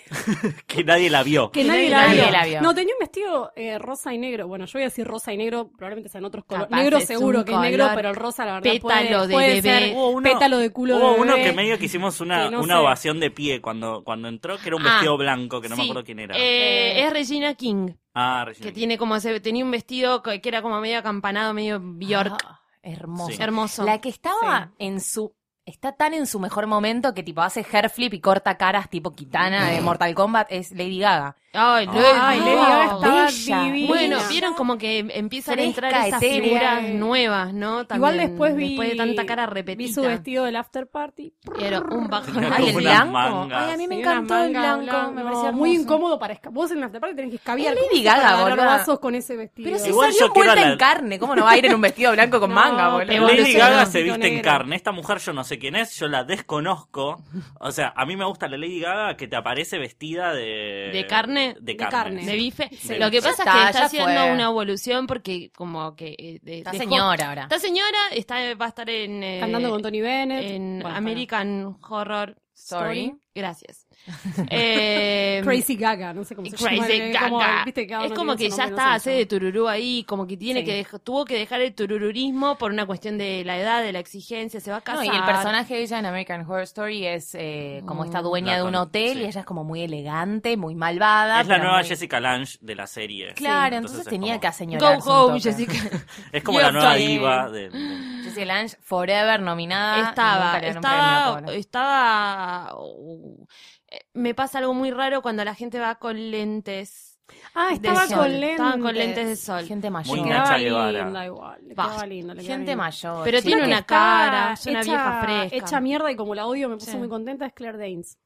Speaker 1: Que nadie la vio.
Speaker 6: Que
Speaker 4: nadie
Speaker 6: nadie, la,
Speaker 4: nadie
Speaker 6: vio.
Speaker 5: la vio.
Speaker 6: No, tenía un vestido eh, rosa y negro. Bueno, yo voy a decir rosa y negro, probablemente sean otros colores.
Speaker 5: Capaz
Speaker 6: Negro
Speaker 5: es
Speaker 6: seguro
Speaker 5: un
Speaker 6: que es negro,
Speaker 5: color
Speaker 6: pero el rosa la verdad
Speaker 4: pétalo
Speaker 6: puede,
Speaker 4: de
Speaker 6: puede
Speaker 4: bebé.
Speaker 6: ser
Speaker 1: Hubo uno-
Speaker 6: pétalo de culo
Speaker 1: Hubo
Speaker 6: de
Speaker 1: uno
Speaker 6: bebé.
Speaker 1: que medio que hicimos una,
Speaker 6: Que no
Speaker 1: una
Speaker 6: sé.
Speaker 1: ovación de pie cuando, cuando entró, que era un
Speaker 4: Ah,
Speaker 1: vestido blanco, que no me
Speaker 4: Sí,
Speaker 1: acuerdo quién era.
Speaker 4: eh, es Regina King,
Speaker 1: ah, Regina
Speaker 4: que tiene como ese- tenía un vestido que que era como medio acampanado, medio Bjork.
Speaker 5: Ah, hermoso.
Speaker 1: Sí.
Speaker 4: Hermoso.
Speaker 5: La que estaba en su. Está tan en su mejor momento que tipo hace hair flip y corta caras tipo Kitana
Speaker 1: Mm.
Speaker 5: de Mortal Kombat es Lady Gaga.
Speaker 4: Ay,
Speaker 1: Ay,
Speaker 6: Ay,
Speaker 4: Lady
Speaker 6: Lady Gaga
Speaker 4: Gaga.
Speaker 6: estaba
Speaker 5: Bella.
Speaker 6: divina.
Speaker 4: Bueno, vieron como que empiezan
Speaker 5: Fresca,
Speaker 4: a entrar esas
Speaker 5: etérea.
Speaker 4: figuras nuevas, ¿no? También,
Speaker 6: Igual después vi.
Speaker 4: Después de tanta cara
Speaker 6: Vi
Speaker 4: repetida.
Speaker 6: su vestido del after party.
Speaker 4: Y era un bajón.
Speaker 1: Tenía
Speaker 5: Ay,
Speaker 1: como
Speaker 5: el
Speaker 1: unas
Speaker 5: blanco.
Speaker 1: mangas.
Speaker 5: Ay, a mí me
Speaker 6: Sí,
Speaker 5: encantó
Speaker 6: una
Speaker 5: el
Speaker 6: manga
Speaker 5: blanco. Me
Speaker 6: blanca,
Speaker 5: parecía
Speaker 6: muy
Speaker 5: hermoso.
Speaker 6: incómodo para esca- Vos en el after party tenés que escabiar.
Speaker 5: Es Lady
Speaker 6: ¿Cómo haces
Speaker 5: Gaga,
Speaker 6: para agarrar
Speaker 5: boluda.
Speaker 6: vasos con ese vestido.
Speaker 5: Pero si
Speaker 1: Igual
Speaker 5: salió
Speaker 1: yo quiero
Speaker 5: envuelta
Speaker 1: la-
Speaker 5: en carne, ¿cómo no va a ir en un vestido blanco con
Speaker 6: No,
Speaker 5: manga,
Speaker 6: pero
Speaker 5: boludo?
Speaker 6: bueno,
Speaker 1: Lady
Speaker 6: ese
Speaker 1: Gaga
Speaker 6: era
Speaker 1: se
Speaker 6: un
Speaker 1: viste en
Speaker 6: negro.
Speaker 1: carne. Esta mujer yo no sé quién es, yo la desconozco. O sea, a mí me gusta la Lady Gaga que te aparece vestida de...
Speaker 4: ¿De carne?
Speaker 1: De
Speaker 6: De
Speaker 1: carne.
Speaker 6: carne.
Speaker 4: de bife.
Speaker 1: Sí.
Speaker 4: Lo que pasa
Speaker 5: Ya
Speaker 4: es
Speaker 5: está,
Speaker 4: que está
Speaker 5: ya
Speaker 4: haciendo
Speaker 5: fue.
Speaker 4: una evolución porque como que... eh, de-
Speaker 5: Está
Speaker 4: dejó-
Speaker 5: señora ahora.
Speaker 4: Esta señora está, va a estar en... eh,
Speaker 6: Cantando con Tony Bennett.
Speaker 4: En
Speaker 6: Bueno,
Speaker 4: American Horror
Speaker 5: Story.
Speaker 4: Story. Gracias. Eh,
Speaker 6: Crazy Gaga, no sé cómo se llama.
Speaker 4: Crazy
Speaker 6: eh,
Speaker 4: Gaga.
Speaker 6: como, viste, cada
Speaker 4: es
Speaker 6: uno
Speaker 4: como que
Speaker 6: tiene su
Speaker 4: ya
Speaker 6: nombre, no
Speaker 4: está,
Speaker 6: sé
Speaker 4: hace
Speaker 6: cómo
Speaker 4: de tururú ahí, como que tiene
Speaker 5: Sí.
Speaker 4: que dej- tuvo que dejar el turururismo por una cuestión de la edad, de la exigencia, se va a
Speaker 5: No,
Speaker 4: casar.
Speaker 5: y el personaje de ella en American Horror Story es eh, como esta dueña
Speaker 1: La
Speaker 5: de un
Speaker 1: con-
Speaker 5: hotel
Speaker 1: sí.
Speaker 5: y ella es como muy elegante, muy malvada.
Speaker 1: Es la
Speaker 5: pero
Speaker 1: nueva
Speaker 5: muy-
Speaker 1: Jessica Lange de la serie.
Speaker 5: Claro,
Speaker 1: Sí,
Speaker 5: entonces,
Speaker 1: es
Speaker 5: tenía
Speaker 1: como-
Speaker 5: que aseñorarse
Speaker 4: Go
Speaker 5: un
Speaker 4: home,
Speaker 5: toque.
Speaker 4: Jessica.
Speaker 1: Es como
Speaker 4: Yo
Speaker 1: la nueva
Speaker 4: soy-
Speaker 1: diva de- de-
Speaker 5: Jessica Lange, forever nominada.
Speaker 4: estaba,
Speaker 5: Ah, nunca le dan un
Speaker 4: estaba,
Speaker 5: premio, pobre.
Speaker 4: estaba. uh, eh, me pasa algo muy raro cuando la gente va con lentes.
Speaker 6: se llama. Ah,
Speaker 4: de
Speaker 6: estaba
Speaker 4: sol.
Speaker 6: con lentes.
Speaker 4: Estaba con lentes de sol.
Speaker 5: Gente mayor.
Speaker 1: Muy
Speaker 6: Le
Speaker 1: Nacha
Speaker 6: quedaba
Speaker 1: Guevara.
Speaker 6: linda igual, le
Speaker 4: Basta.
Speaker 6: quedaba linda, le quedaba
Speaker 5: Gente
Speaker 6: linda.
Speaker 5: mayor.
Speaker 4: Pero tiene
Speaker 5: chicos.
Speaker 6: Creo que
Speaker 4: una
Speaker 6: está
Speaker 4: cara, es una
Speaker 6: hecha-
Speaker 4: vieja fresca.
Speaker 6: Hecha mierda y como la odio me puso
Speaker 4: Sí.
Speaker 6: muy contenta es Claire Danes.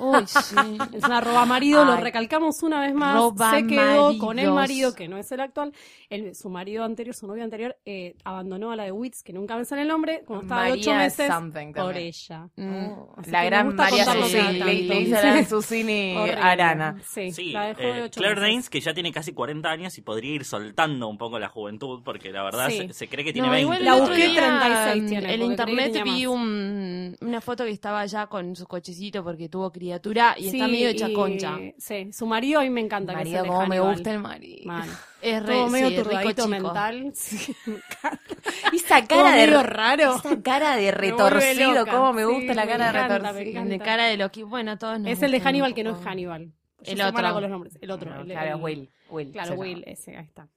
Speaker 4: Uy, sí.
Speaker 6: Es una roba marido, lo
Speaker 5: Ay.
Speaker 6: recalcamos una vez más.
Speaker 4: Roba
Speaker 6: se quedó con el
Speaker 4: maridos.
Speaker 6: marido que no es el actual. El- su marido anterior, su novio anterior, eh, abandonó a la de Wits, que nunca me sale el nombre, cuando estaba de ocho
Speaker 5: María
Speaker 6: meses
Speaker 5: something
Speaker 6: por
Speaker 5: también.
Speaker 6: ella. Uh,
Speaker 4: Mm.
Speaker 6: Así
Speaker 5: La
Speaker 6: que me
Speaker 5: gran
Speaker 6: gusta
Speaker 5: María
Speaker 6: contarlo cada
Speaker 5: Susini.
Speaker 6: tanto.
Speaker 5: Le dice
Speaker 6: Sí.
Speaker 5: la gran
Speaker 4: Eh,
Speaker 5: Susini
Speaker 6: Horrible.
Speaker 5: Arana.
Speaker 6: Sí,
Speaker 1: Sí,
Speaker 6: la dejó de
Speaker 1: eh,
Speaker 6: ocho
Speaker 1: Claire
Speaker 6: meses.
Speaker 1: Danes, que ya tiene casi 40 años y podría ir soltando un poco la juventud, porque la verdad
Speaker 6: Sí.
Speaker 1: se, se cree que tiene
Speaker 4: No,
Speaker 1: 20.
Speaker 4: igual el
Speaker 6: La
Speaker 4: otro
Speaker 6: busqué,
Speaker 4: día,
Speaker 6: 36
Speaker 4: mm,
Speaker 6: tiene,
Speaker 4: En
Speaker 6: porque creí
Speaker 4: internet
Speaker 6: que tenía
Speaker 4: vi
Speaker 6: más.
Speaker 4: un- una foto que estaba ya con su cochecito porque tuvo criatura y está
Speaker 6: Sí,
Speaker 4: medio hecha
Speaker 6: y-
Speaker 4: concha.
Speaker 6: Sí, su marido a mí me encanta. que es
Speaker 5: Marido,
Speaker 6: el
Speaker 5: como me
Speaker 6: Hannibal.
Speaker 5: gusta el marido.
Speaker 6: Mal.
Speaker 4: Es re,
Speaker 6: Todo medio
Speaker 4: sí, es rico
Speaker 6: turbadito
Speaker 4: chico.
Speaker 6: mental. Sí, me encanta.
Speaker 5: Y esa
Speaker 6: Todo
Speaker 5: cara
Speaker 6: medio
Speaker 5: de
Speaker 6: raro.
Speaker 5: esa cara de
Speaker 6: vuelve
Speaker 5: retorcido,
Speaker 6: loca.
Speaker 5: cómo me
Speaker 6: Sí,
Speaker 5: gusta la
Speaker 6: me
Speaker 5: cara de
Speaker 6: encanta, me
Speaker 5: retorcido.
Speaker 6: encanta.
Speaker 4: De cara de lo que, bueno, todos nos
Speaker 6: Es el
Speaker 4: gustan
Speaker 6: de
Speaker 4: un
Speaker 6: Hannibal que no es
Speaker 4: poco.
Speaker 6: Hannibal. Yo
Speaker 4: El
Speaker 6: soy mala
Speaker 4: otro.
Speaker 6: con los nombres. El otro.
Speaker 5: No,
Speaker 6: el-
Speaker 5: claro,
Speaker 6: el-
Speaker 5: Will. Will.
Speaker 6: Claro,
Speaker 5: se llama.
Speaker 6: Will, ese, ahí está.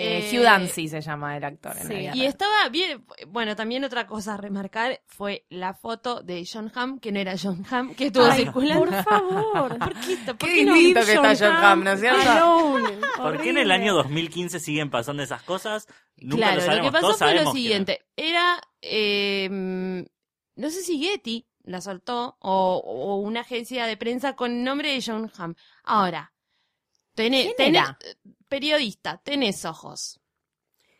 Speaker 5: Eh,
Speaker 4: Eh,
Speaker 5: Hugh Dancy se llama el actor. en la
Speaker 6: sí.
Speaker 5: vida
Speaker 4: Y
Speaker 5: real.
Speaker 4: estaba bien, bueno, también otra cosa a remarcar fue la foto de John Hamm, que no era John Hamm, que estuvo
Speaker 6: Ay,
Speaker 4: circulando.
Speaker 6: Por favor.
Speaker 4: ¿Por qué esto? ¿Por
Speaker 5: Qué
Speaker 4: qué no?
Speaker 5: distinto que está John Hamm, ¿no es cierto?
Speaker 6: Alone.
Speaker 1: ¿Por qué en el
Speaker 6: Horrible.
Speaker 1: año 2015 siguen pasando esas cosas? Nunca
Speaker 4: claro,
Speaker 1: lo
Speaker 4: lo,
Speaker 1: sabemos.
Speaker 4: que pasó
Speaker 1: Todos
Speaker 4: fue lo
Speaker 1: sabemos quién es.
Speaker 4: siguiente. Era, eh, no sé si Getty la soltó o, o una agencia de prensa con nombre de John Hamm. Ahora, tenés,
Speaker 5: ¿Quién
Speaker 4: tenés-
Speaker 5: era?
Speaker 4: eh, periodista, tenés ojos.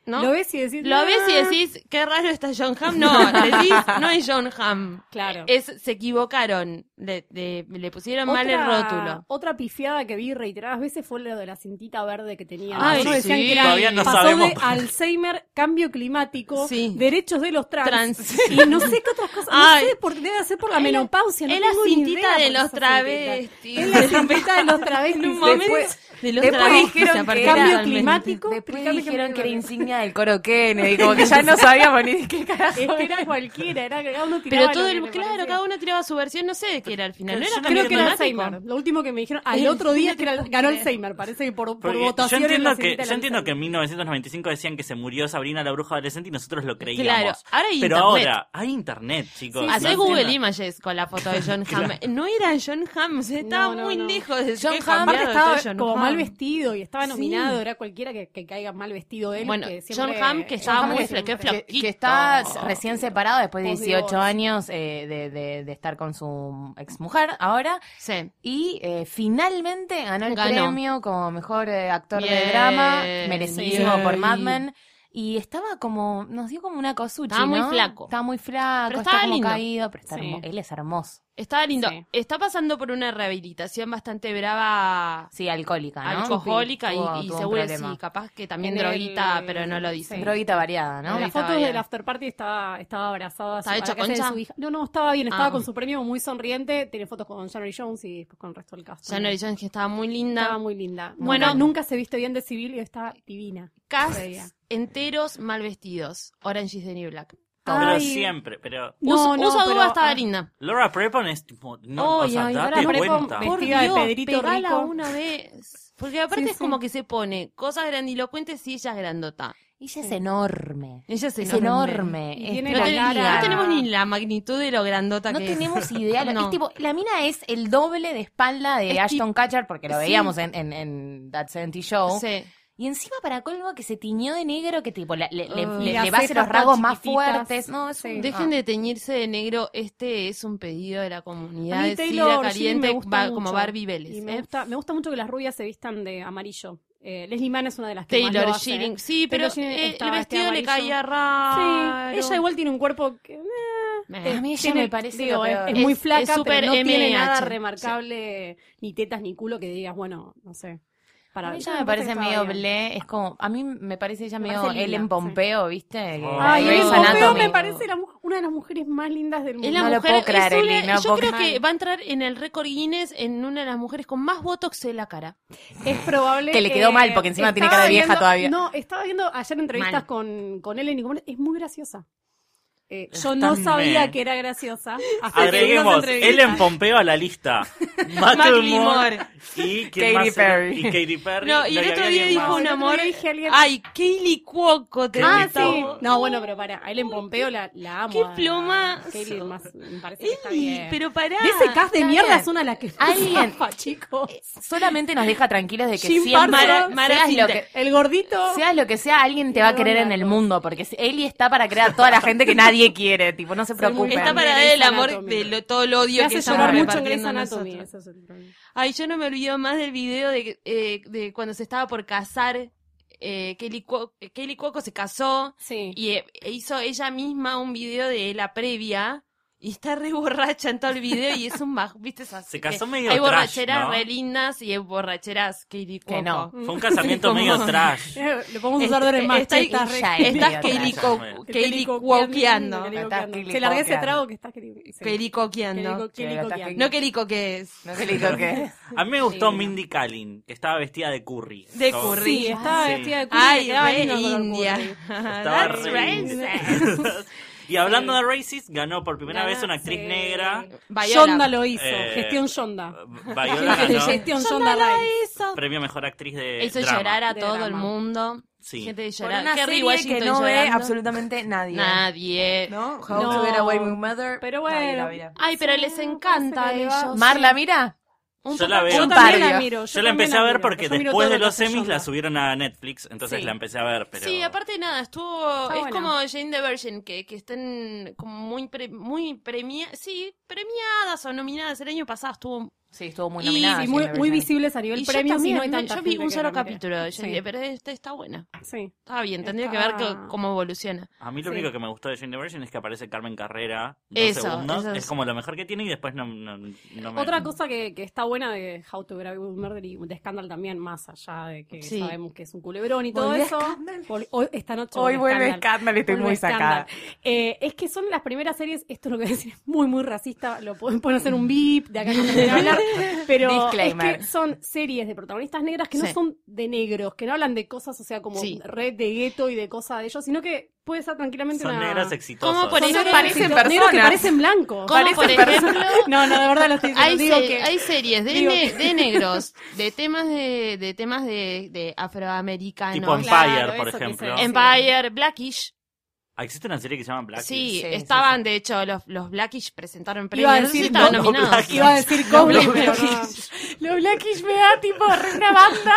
Speaker 4: ¿No?
Speaker 6: Lo ves y decís.
Speaker 4: Lo ves y
Speaker 6: "Ah".
Speaker 4: decís, qué raro está John Hamm. No, le decís, no es John Hamm.
Speaker 6: Claro.
Speaker 4: Es, se equivocaron. Le, de- le pusieron mal el
Speaker 6: Otra-
Speaker 4: rótulo.
Speaker 6: Otra pifiada que vi reiteradas veces fue lo de la cintita verde que tenía.
Speaker 4: Ay,
Speaker 6: Algunos Ah, decían
Speaker 4: sí.
Speaker 6: que era
Speaker 1: Todavía no
Speaker 6: pasó
Speaker 1: sabemos.
Speaker 6: de Alzheimer, cambio climático,
Speaker 4: Sí.
Speaker 6: derechos de los trans,
Speaker 4: Trans.
Speaker 6: y no sé qué otras cosas.
Speaker 4: Ay.
Speaker 6: No sé por debe ser por la
Speaker 4: Es la-
Speaker 6: menopausia. No
Speaker 4: es la
Speaker 6: tengo ni idea
Speaker 4: cintita
Speaker 6: por
Speaker 4: de
Speaker 6: qué
Speaker 4: los
Speaker 6: esa cintita.
Speaker 4: travestis.
Speaker 6: Es la cintita de los travestis.
Speaker 4: En un momento,
Speaker 6: Después-
Speaker 4: de los
Speaker 5: después
Speaker 4: trabajos,
Speaker 5: dijeron
Speaker 4: aparte,
Speaker 5: que era-
Speaker 6: cambio
Speaker 4: totalmente.
Speaker 6: climático.
Speaker 5: Después
Speaker 6: cambio
Speaker 5: dijeron que era
Speaker 6: climático.
Speaker 5: insignia del coro Kennedy, como que ya no sabíamos ni de qué carajo.
Speaker 6: Es que era cualquiera, era que cada uno tiraba
Speaker 4: Pero
Speaker 6: lo
Speaker 4: todo
Speaker 6: que
Speaker 4: el,
Speaker 6: le
Speaker 4: claro,
Speaker 6: parecía.
Speaker 4: cada uno tiraba su versión, no sé de qué era al final. No
Speaker 1: Yo
Speaker 4: era
Speaker 1: también
Speaker 6: Creo que era
Speaker 4: climático.
Speaker 6: Alzheimer. Lo último que me dijeron al otro día que era- ganó Alzheimer. Parece que por, por
Speaker 1: Porque
Speaker 6: votación.
Speaker 1: yo
Speaker 6: en la
Speaker 1: entiendo, que,
Speaker 6: cintita
Speaker 1: yo
Speaker 6: del
Speaker 1: entiendo que
Speaker 6: Alzheimer.
Speaker 1: en 1995 decían que se murió Sabrina la bruja adolescente y nosotros lo creíamos.
Speaker 4: Claro, ahora hay
Speaker 1: Pero
Speaker 4: internet.
Speaker 1: ahora hay internet, chicos.
Speaker 6: Sí,
Speaker 1: ¿no
Speaker 4: Hacé
Speaker 6: sí.
Speaker 1: entiendo?
Speaker 4: Google Images con la foto de John Hamm. No era John Hamm, se estaba
Speaker 6: No, no,
Speaker 4: muy
Speaker 6: no.
Speaker 4: lejos de
Speaker 5: John
Speaker 4: qué
Speaker 5: Hamm
Speaker 4: cambiado
Speaker 6: Aparte estaba
Speaker 4: está John
Speaker 6: como
Speaker 4: Hamm.
Speaker 6: mal vestido y estaba
Speaker 4: Sí.
Speaker 6: nominado, era cualquiera que, que caiga mal vestido de él.
Speaker 4: Bueno,
Speaker 6: que
Speaker 4: John
Speaker 6: siempre-
Speaker 4: Hamm que estaba
Speaker 6: John
Speaker 4: muy
Speaker 6: Hamm
Speaker 4: flaqueo,
Speaker 6: siempre-
Speaker 4: flaqueo.
Speaker 5: Que,
Speaker 4: Flaquito.
Speaker 5: que está recién separado después de
Speaker 6: Post
Speaker 5: 18
Speaker 6: divorcio.
Speaker 5: años eh, de, de- de estar con su exmujer ahora.
Speaker 4: Sí.
Speaker 5: Y eh, finalmente ganó el
Speaker 4: Ganó.
Speaker 5: premio como mejor eh, actor de
Speaker 4: Bien.
Speaker 5: drama, merecidísimo
Speaker 4: Bien.
Speaker 5: por Mad Men. Y estaba como, nos dio como una cosucha.
Speaker 4: Estaba muy flaco.
Speaker 5: Estaba muy flaco,
Speaker 4: Pero
Speaker 5: está
Speaker 4: estaba
Speaker 5: como
Speaker 4: lindo.
Speaker 5: caído, pero está
Speaker 6: Sí.
Speaker 5: hermo- él es hermoso.
Speaker 4: Estaba lindo.
Speaker 6: Sí.
Speaker 4: Está pasando por una rehabilitación bastante brava,
Speaker 5: Sí, alcohólica, Ah, ¿no?
Speaker 4: alcohólica y,
Speaker 5: Tuvo-
Speaker 4: y
Speaker 5: tuvo un
Speaker 4: seguro
Speaker 5: problema.
Speaker 4: sí, capaz que también
Speaker 6: En el-
Speaker 4: droguita, pero no lo dicen.
Speaker 6: sí.
Speaker 5: Droguita variada, ¿no?
Speaker 6: En las
Speaker 4: Ahorita
Speaker 6: fotos
Speaker 4: varía.
Speaker 6: del after party estaba, estaba abrazada a su-
Speaker 4: ¿Estaba
Speaker 6: a la
Speaker 4: hecha
Speaker 6: casa de
Speaker 4: concha?
Speaker 6: su hija. No, no, estaba bien, estaba
Speaker 4: Ah.
Speaker 6: con su premio muy sonriente. Tiene fotos con January Jones y después con el resto del cast.
Speaker 4: Janet Jones que estaba muy linda.
Speaker 6: Estaba muy linda.
Speaker 4: Bueno.
Speaker 6: Bueno, nunca se viste bien de civil y está divina.
Speaker 4: Casts
Speaker 6: Previa.
Speaker 4: enteros mal vestidos. Orange is the New Black.
Speaker 1: Pero
Speaker 6: Ay.
Speaker 1: siempre, pero...
Speaker 6: No,
Speaker 4: Usa-
Speaker 6: no,
Speaker 4: Usa
Speaker 6: pero-
Speaker 4: Duba estaba
Speaker 6: ah.
Speaker 4: linda.
Speaker 1: Laura Prepon es tipo... No,
Speaker 4: Ay,
Speaker 1: o sea,
Speaker 4: ay,
Speaker 1: date
Speaker 4: Laura
Speaker 6: Prepon,
Speaker 1: cuenta.
Speaker 6: vestido
Speaker 4: Por
Speaker 6: Vestida de
Speaker 4: Dios,
Speaker 6: Pedrito
Speaker 4: pegala
Speaker 6: Rico.
Speaker 4: una vez. Porque aparte
Speaker 6: Sí,
Speaker 4: es
Speaker 6: sí.
Speaker 4: como que se pone cosas grandilocuentes y ella es grandota.
Speaker 5: Ella es enorme.
Speaker 4: Ella es
Speaker 5: Es
Speaker 4: enorme.
Speaker 5: enorme.
Speaker 6: Y
Speaker 5: es
Speaker 6: tiene
Speaker 4: No,
Speaker 6: la
Speaker 4: ten-
Speaker 6: cara-
Speaker 4: no tenemos ni la magnitud de lo grandota que
Speaker 5: No tenemos idea.
Speaker 4: No.
Speaker 5: Es tipo, la mina es el doble de espalda de
Speaker 4: Es
Speaker 5: Ashton Kutcher, porque lo
Speaker 4: Sí.
Speaker 5: veíamos en, en, en That 70 Show.
Speaker 4: es. Sí.
Speaker 5: Y encima para colmo que se tiñó de negro, que tipo, la- le, le,
Speaker 4: Ah.
Speaker 5: le-
Speaker 6: Y las
Speaker 5: le va a hacer
Speaker 6: cejas
Speaker 5: los
Speaker 6: todas
Speaker 5: rasgos más
Speaker 6: chiquititas.
Speaker 5: fuertes. No, es
Speaker 6: Sí.
Speaker 5: un-
Speaker 4: Dejen
Speaker 5: ah.
Speaker 4: de teñirse de negro. Este es un pedido de la comunidad.
Speaker 6: A mí
Speaker 4: de
Speaker 6: Taylor
Speaker 4: Sida
Speaker 6: Swift
Speaker 4: caliente
Speaker 6: me gusta
Speaker 4: va- como
Speaker 6: mucho.
Speaker 4: Barbie Vélez.
Speaker 6: Y me,
Speaker 4: ¿eh?
Speaker 6: gusta, me gusta mucho que las rubias se vistan de amarillo. Eh, Leslie Mann es una de las que más
Speaker 4: Taylor
Speaker 6: lo hace.
Speaker 4: Schilling. Sí, pero
Speaker 6: Taylor Schilling
Speaker 4: eh, el
Speaker 6: estaba
Speaker 4: vestido le
Speaker 6: este amarillo.
Speaker 4: caía raro.
Speaker 6: Sí, ella igual tiene un cuerpo que... eh,
Speaker 4: Eh,
Speaker 5: A mí ella
Speaker 6: tiene-
Speaker 5: me parece
Speaker 6: digo,
Speaker 5: lo
Speaker 6: es,
Speaker 5: peor.
Speaker 6: es
Speaker 4: Es-
Speaker 6: muy
Speaker 4: es
Speaker 6: flaca,
Speaker 4: súper
Speaker 6: pero no tiene
Speaker 4: MH,
Speaker 6: nada
Speaker 4: sí.
Speaker 6: remarcable, ni tetas ni culo que digas, bueno, no sé. Para
Speaker 5: A mí ella me parece medio
Speaker 6: medio
Speaker 5: ble, es como, a mí me parece ella
Speaker 6: Me
Speaker 5: medio
Speaker 6: parece linda,
Speaker 5: Ellen
Speaker 6: sí.
Speaker 5: Pompeo, ¿viste? Que-
Speaker 1: Ay,
Speaker 6: Ay,
Speaker 5: Grey's
Speaker 6: Ellen
Speaker 4: Grey's
Speaker 6: Pompeo
Speaker 5: Anatomy.
Speaker 6: me parece la mu- una de las mujeres más lindas del mundo.
Speaker 4: Es la
Speaker 5: No lo
Speaker 4: mujer,
Speaker 5: puedo creer,
Speaker 4: es
Speaker 5: Eli,
Speaker 4: una-
Speaker 5: no lo
Speaker 4: yo
Speaker 5: puedo
Speaker 4: creo
Speaker 5: creer.
Speaker 4: que va a entrar en el récord Guinness en una de las mujeres con más botox en la cara.
Speaker 6: Es probable
Speaker 5: Que le quedó mal, porque encima tiene
Speaker 6: estaba
Speaker 5: cara de vieja
Speaker 6: viendo-
Speaker 5: todavía.
Speaker 6: No, estaba viendo ayer entrevistas
Speaker 4: Mal.
Speaker 6: con, con Ellen y con- Es muy graciosa. Eh,
Speaker 1: Es
Speaker 6: yo
Speaker 1: tan
Speaker 6: no
Speaker 1: meh.
Speaker 6: sabía que era graciosa. hasta que vi unas
Speaker 1: Agreguemos
Speaker 6: entrevistas.
Speaker 1: Ellen Pompeo a la lista. Macklemore y ¿quién
Speaker 5: Katy
Speaker 1: más era?
Speaker 5: Perry.
Speaker 1: Y Katy Perry.
Speaker 4: No, y el
Speaker 1: había
Speaker 4: otro día
Speaker 1: alguien
Speaker 4: dijo
Speaker 1: más.
Speaker 6: No, el
Speaker 4: un
Speaker 6: otro
Speaker 4: amor.
Speaker 6: día dije a alguien-
Speaker 4: Ay, Kaylee Cuoco. te
Speaker 6: Ah,
Speaker 4: gustaba.
Speaker 6: sí. No, bueno, pero para. A Ellen Pompeo la, la amo.
Speaker 4: Qué
Speaker 6: a- a
Speaker 4: plomazo.
Speaker 6: Katie más- me parece que está
Speaker 4: Eli,
Speaker 6: bien.
Speaker 4: pero pará.
Speaker 6: De ese cast de
Speaker 5: está
Speaker 6: mierda
Speaker 5: bien.
Speaker 6: es una de las que
Speaker 5: Alguien-
Speaker 6: zafa, chicos.
Speaker 5: Solamente nos deja tranquilos de que
Speaker 6: Jim
Speaker 5: siempre,
Speaker 6: Parsons,
Speaker 4: Mara-
Speaker 5: seas lo
Speaker 4: Mara
Speaker 5: que,
Speaker 6: El gordito.
Speaker 5: Seas lo que sea, alguien te va a querer en el mundo, porque Eli está para crear a toda la gente que nadie quiere, tipo, no
Speaker 6: Soy
Speaker 5: se
Speaker 6: muy
Speaker 5: preocupen.
Speaker 4: Está para dar
Speaker 6: Grey's
Speaker 4: el amor
Speaker 6: Anatomy.
Speaker 4: de lo- todo el
Speaker 6: me
Speaker 4: odio que
Speaker 6: hace
Speaker 4: estamos
Speaker 6: llorar mucho en Grey's
Speaker 4: repartiendo
Speaker 6: Anatomy.
Speaker 4: nosotros.
Speaker 6: ese es el problema.
Speaker 4: Ay, yo no me olvido más del video de, eh, de cuando se estaba por casar. Eh, Kaylee Cuo- eh, Kaylee Cuoco se casó
Speaker 6: Sí.
Speaker 4: y eh, hizo ella misma un video de la previa y está re borracha en todo el video y es un bajo, ¿viste? Esas-
Speaker 1: Se casó
Speaker 4: eh,
Speaker 1: medio
Speaker 4: Hay
Speaker 1: trash,
Speaker 4: borracheras
Speaker 1: ¿no?
Speaker 4: re lindas y hay borracheras Kaylee Cuoco.
Speaker 5: Que no.
Speaker 1: Fue un casamiento
Speaker 4: Como-
Speaker 1: medio trash.
Speaker 6: Eh, Lo podemos usar de
Speaker 4: Este-
Speaker 6: remate.
Speaker 4: está-
Speaker 6: re-
Speaker 5: ella es
Speaker 4: Estás
Speaker 5: medio
Speaker 4: Kaylee
Speaker 1: trash.
Speaker 4: Cuoco-
Speaker 6: Te
Speaker 4: Kaylee
Speaker 6: licoqueando,
Speaker 4: Cuoqueando.
Speaker 6: te
Speaker 5: Estás
Speaker 6: licoqueando.
Speaker 5: que
Speaker 6: Se largué ese
Speaker 5: licoqueando.
Speaker 6: trago que estás que li- sí.
Speaker 4: Kaylee
Speaker 6: Que
Speaker 4: Cuoqueando.
Speaker 6: lico- que
Speaker 5: Sí, estás
Speaker 6: licoqueando.
Speaker 4: No Kaylee que es.
Speaker 5: No te le digo que.
Speaker 1: A mí me gustó
Speaker 6: Sí.
Speaker 1: Mindy Kaling, que estaba vestida de curry.
Speaker 4: De
Speaker 1: Estaba-
Speaker 4: curry.
Speaker 6: Sí, estaba
Speaker 1: Sí.
Speaker 6: vestida de culo. y le
Speaker 4: Ay,
Speaker 6: quedaba
Speaker 4: re
Speaker 6: lindo el color
Speaker 4: India.
Speaker 6: curry.
Speaker 1: Estaba
Speaker 4: That's
Speaker 1: re-
Speaker 4: racist.
Speaker 1: y hablando de racist, ganó por primera
Speaker 6: Ganó,
Speaker 1: vez una actriz
Speaker 6: sí.
Speaker 1: negra.
Speaker 4: Viola.
Speaker 6: Yonda lo hizo.
Speaker 1: Eh,
Speaker 6: Gestión Yonda.
Speaker 1: Viola ganó
Speaker 6: Gestión Yonda Rhimes.
Speaker 1: premio a mejor actriz de
Speaker 4: Hizo
Speaker 1: drama.
Speaker 4: llorar a
Speaker 6: De
Speaker 4: todo
Speaker 6: drama.
Speaker 4: el mundo.
Speaker 1: Sí.
Speaker 4: Gente
Speaker 5: Por
Speaker 4: llorando.
Speaker 5: una
Speaker 4: Kerry
Speaker 5: serie
Speaker 4: Washington
Speaker 5: que no ve
Speaker 4: llorando.
Speaker 5: absolutamente nadie.
Speaker 4: Nadie.
Speaker 5: ¿No? How
Speaker 6: No.
Speaker 5: to get away with mother.
Speaker 6: Pero
Speaker 5: nadie la
Speaker 6: bueno.
Speaker 5: mira.
Speaker 4: Ay, pero les encanta a
Speaker 6: parece que le va-
Speaker 4: ellos.
Speaker 5: Mar, ¿la mira?
Speaker 1: Yo la veo.
Speaker 6: Yo
Speaker 5: Un
Speaker 6: también la
Speaker 5: pario.
Speaker 6: miro.
Speaker 1: Yo la
Speaker 6: también
Speaker 1: empecé a ver
Speaker 6: miro,
Speaker 1: porque
Speaker 6: yo miro
Speaker 1: después
Speaker 6: todo
Speaker 1: de
Speaker 6: lo
Speaker 1: los
Speaker 6: que hace
Speaker 1: semis la
Speaker 6: Yonda.
Speaker 1: subieron a Netflix, entonces
Speaker 5: Sí.
Speaker 1: la empecé a ver, pero...
Speaker 4: Sí, aparte nada, estuvo.
Speaker 6: Está
Speaker 4: es
Speaker 6: buena.
Speaker 4: como Jane the Virgin, que, que están como muy, pre- muy premia, sí, premiadas o nominadas. El año pasado estuvo.
Speaker 5: Sí, estuvo muy
Speaker 4: Y-
Speaker 5: nominada.
Speaker 6: Y
Speaker 5: Jane
Speaker 6: muy,
Speaker 5: the
Speaker 6: muy
Speaker 5: Virgin.
Speaker 6: visibles a nivel
Speaker 4: Y
Speaker 6: premios
Speaker 4: yo también,
Speaker 6: y no hay
Speaker 4: no-
Speaker 6: tanta
Speaker 4: yo vi
Speaker 6: gente
Speaker 4: un
Speaker 6: que
Speaker 4: solo
Speaker 6: la mire.
Speaker 4: capítulo, de Jane
Speaker 6: Sí.
Speaker 4: the- pero este está buena.
Speaker 6: Sí.
Speaker 4: Está bien, tendría que ver
Speaker 6: Está-
Speaker 4: co- cómo evoluciona.
Speaker 1: A mí lo
Speaker 6: Sí.
Speaker 1: único que me gustó de Jane the Virgin es que aparece Carmen Carrera dos
Speaker 4: Eso,
Speaker 1: segundos.
Speaker 4: eso es-
Speaker 1: es... como lo mejor que tiene y después no, no, no me...
Speaker 6: Otra cosa que, que está buena de How to Get Away with Murder y de Scandal también, más allá de que
Speaker 4: Sí.
Speaker 6: sabemos que es un culebrón y todo
Speaker 5: Volvió
Speaker 6: eso.
Speaker 5: Scandal.
Speaker 6: Vol- hoy- esta noche
Speaker 5: Hoy vuelve
Speaker 6: Scandal.
Speaker 5: Scandal y estoy
Speaker 6: Vuelve
Speaker 5: muy
Speaker 6: Scandal.
Speaker 5: sacada.
Speaker 6: Eh, es que son las primeras series, esto es lo que voy a decir es muy, muy racista, lo pueden pueden hacer un beep, de acá no pueden hablar, pero es
Speaker 5: Disclaimer.
Speaker 6: que son series de protagonistas negras que no
Speaker 4: Sí.
Speaker 6: son de negros, que no hablan de cosas, o sea, como
Speaker 4: Sí.
Speaker 6: red de gueto y de cosas de ellos, sino que puede ser tranquilamente
Speaker 1: Son
Speaker 6: una...
Speaker 1: negras exitosas.
Speaker 4: ¿Cómo por
Speaker 6: Son
Speaker 4: eso
Speaker 6: negros
Speaker 5: parecen
Speaker 6: exitosos, negros que
Speaker 5: personas.
Speaker 6: parecen blancos.
Speaker 4: Como por ejemplo.
Speaker 6: No, no, de verdad lo estoy diciendo.
Speaker 4: Hay,
Speaker 6: digo
Speaker 4: se-
Speaker 6: que...
Speaker 4: hay series de,
Speaker 6: digo
Speaker 4: ne-
Speaker 6: que-
Speaker 4: de negros, de temas de, de temas de, de afroamericanos.
Speaker 1: Tipo Empire,
Speaker 6: Claro,
Speaker 1: por
Speaker 6: eso quise
Speaker 1: ejemplo.
Speaker 6: decir.
Speaker 4: Empire, Blackish.
Speaker 1: Ah, Existe una serie que se llama Black.
Speaker 4: Sí,
Speaker 5: Sí,
Speaker 4: estaban,
Speaker 5: sí, sí.
Speaker 4: de hecho, los, los Blackish presentaron
Speaker 6: Iba a
Speaker 4: premios. No sé si
Speaker 6: decir
Speaker 4: estaban
Speaker 1: Los
Speaker 4: nominados.
Speaker 1: Blackish.
Speaker 6: Iba a decir Goblin,
Speaker 5: Los
Speaker 6: pero no. Los Blackish me da tipo re una banda.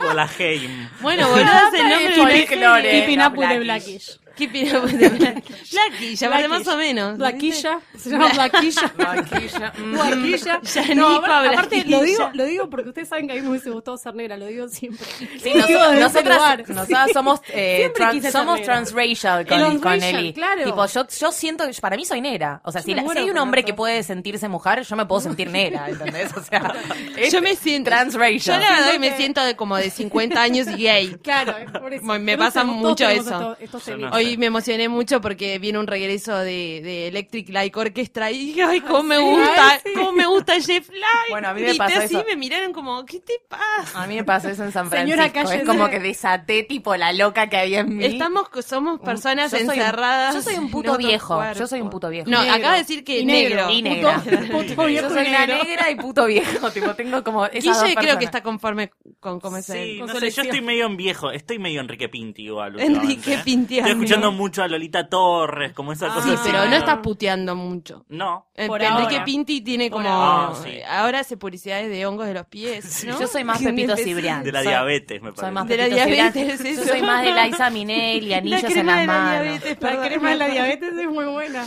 Speaker 1: O la Heim.
Speaker 4: Bueno, boludo, es el nombre de
Speaker 5: Keeping
Speaker 4: la
Speaker 5: Folklore.
Speaker 4: serie.
Speaker 6: Keeping
Speaker 5: los
Speaker 6: up with the
Speaker 5: Blackish.
Speaker 6: Blackish.
Speaker 4: Keeping up with the Blackish. Blackish, aparte,
Speaker 6: Blackish.
Speaker 4: más o menos.
Speaker 6: Blackilla. Se llama Blackilla.
Speaker 5: Blanquilla. Mm.
Speaker 6: Blackilla.
Speaker 4: Yanipa
Speaker 6: No, aparte, aparte
Speaker 4: Blackilla.
Speaker 6: lo digo, lo digo porque ustedes saben que a mí me hubiese gustado ser negra, lo digo siempre.
Speaker 5: Sí,
Speaker 6: Lo
Speaker 5: nos-
Speaker 6: digo desde ese
Speaker 5: nosotras,
Speaker 6: lugar.
Speaker 5: nosotras somos, eh,
Speaker 6: Siempre
Speaker 5: tran-
Speaker 6: quise ser
Speaker 5: somos
Speaker 6: negra.
Speaker 5: transracial con,
Speaker 6: Transracial,
Speaker 5: con Eli.
Speaker 6: claro.
Speaker 5: Tipo, yo, yo siento que yo- para mí soy negra. O sea,
Speaker 6: Yo
Speaker 5: si,
Speaker 6: me
Speaker 5: la- si
Speaker 6: muero
Speaker 5: hay un
Speaker 6: con
Speaker 5: hombre
Speaker 6: eso.
Speaker 5: que puede sentirse mujer, yo me puedo sentir negra, ¿entendés? O sea, es
Speaker 4: Yo me siento. Yo
Speaker 5: transracial.
Speaker 4: la verdad que me
Speaker 6: que-
Speaker 4: siento de como de 50 años y gay.
Speaker 6: Claro, es por eso.
Speaker 4: Me- me
Speaker 6: Todos
Speaker 4: pasa
Speaker 6: tenemos-
Speaker 4: mucho
Speaker 6: todos tenemos
Speaker 4: eso.
Speaker 6: estos- estos
Speaker 1: Yo no.
Speaker 6: temitas.
Speaker 4: Hoy me emocioné mucho porque viene un regreso de, de Electric Light Orchestra y dije, ay, cómo me gusta, cómo me gusta Jeff Light.
Speaker 5: Bueno, a mí me
Speaker 4: Grité
Speaker 5: pasó
Speaker 4: así,
Speaker 5: eso.
Speaker 4: me miraron como, ¿qué te pasa?
Speaker 5: A mí me pasó eso en San Francisco.
Speaker 6: Señora,
Speaker 5: es
Speaker 6: cállese.
Speaker 5: como que desaté tipo la loca que había en mí.
Speaker 4: Estamos, somos personas
Speaker 5: Yo soy un-
Speaker 4: encerradas.
Speaker 5: yo soy un
Speaker 4: en
Speaker 5: puto
Speaker 4: otro
Speaker 5: viejo,
Speaker 4: cuerpo.
Speaker 5: yo soy un puto viejo.
Speaker 4: No,
Speaker 6: Negro.
Speaker 4: acaba de decir que
Speaker 6: Y
Speaker 4: negro.
Speaker 6: negro.
Speaker 5: Y negra.
Speaker 6: Puto- puto
Speaker 5: Yo
Speaker 6: viejo
Speaker 5: soy
Speaker 6: y
Speaker 5: una
Speaker 6: negro.
Speaker 5: negra y puto viejo. Tipo, tengo como esas dos
Speaker 4: Guille creo
Speaker 5: personas.
Speaker 4: que está conforme con cómo es
Speaker 1: Sí,
Speaker 4: él.
Speaker 1: no sé,
Speaker 6: con su
Speaker 1: yo
Speaker 6: elección.
Speaker 1: estoy medio en viejo, estoy medio Enrique Pinti igual. últimamente. ¿eh?
Speaker 4: Enrique Pintiano.
Speaker 1: Estoy escuchando mucho a Lolita Torres, como esa
Speaker 6: Ah,
Speaker 1: cosa
Speaker 4: Sí,
Speaker 1: así.
Speaker 4: pero no
Speaker 6: Ah.
Speaker 4: estás puteando mucho.
Speaker 1: No.
Speaker 4: Eh,
Speaker 6: Por
Speaker 4: Enrique
Speaker 6: ahora.
Speaker 4: Pinti tiene
Speaker 6: Por
Speaker 4: como. eh,
Speaker 1: ahora.
Speaker 4: Ahora,
Speaker 1: Ah, sí.
Speaker 4: hace publicidades de hongos de los pies. ¿no?
Speaker 5: Yo soy más
Speaker 4: Que un
Speaker 5: Pepito
Speaker 4: imbécil.
Speaker 5: Cibrián.
Speaker 1: De la
Speaker 5: Soy-
Speaker 1: diabetes, me parece.
Speaker 5: Soy más
Speaker 4: De la
Speaker 5: Pepito Cibrián.
Speaker 4: diabetes, eso.
Speaker 5: Yo soy más de Liza Minelli,
Speaker 4: La
Speaker 5: anillos en
Speaker 4: crema
Speaker 5: las
Speaker 4: de la
Speaker 5: manos.
Speaker 4: diabetes,
Speaker 6: La
Speaker 4: perdón.
Speaker 6: crema de la diabetes es muy buena.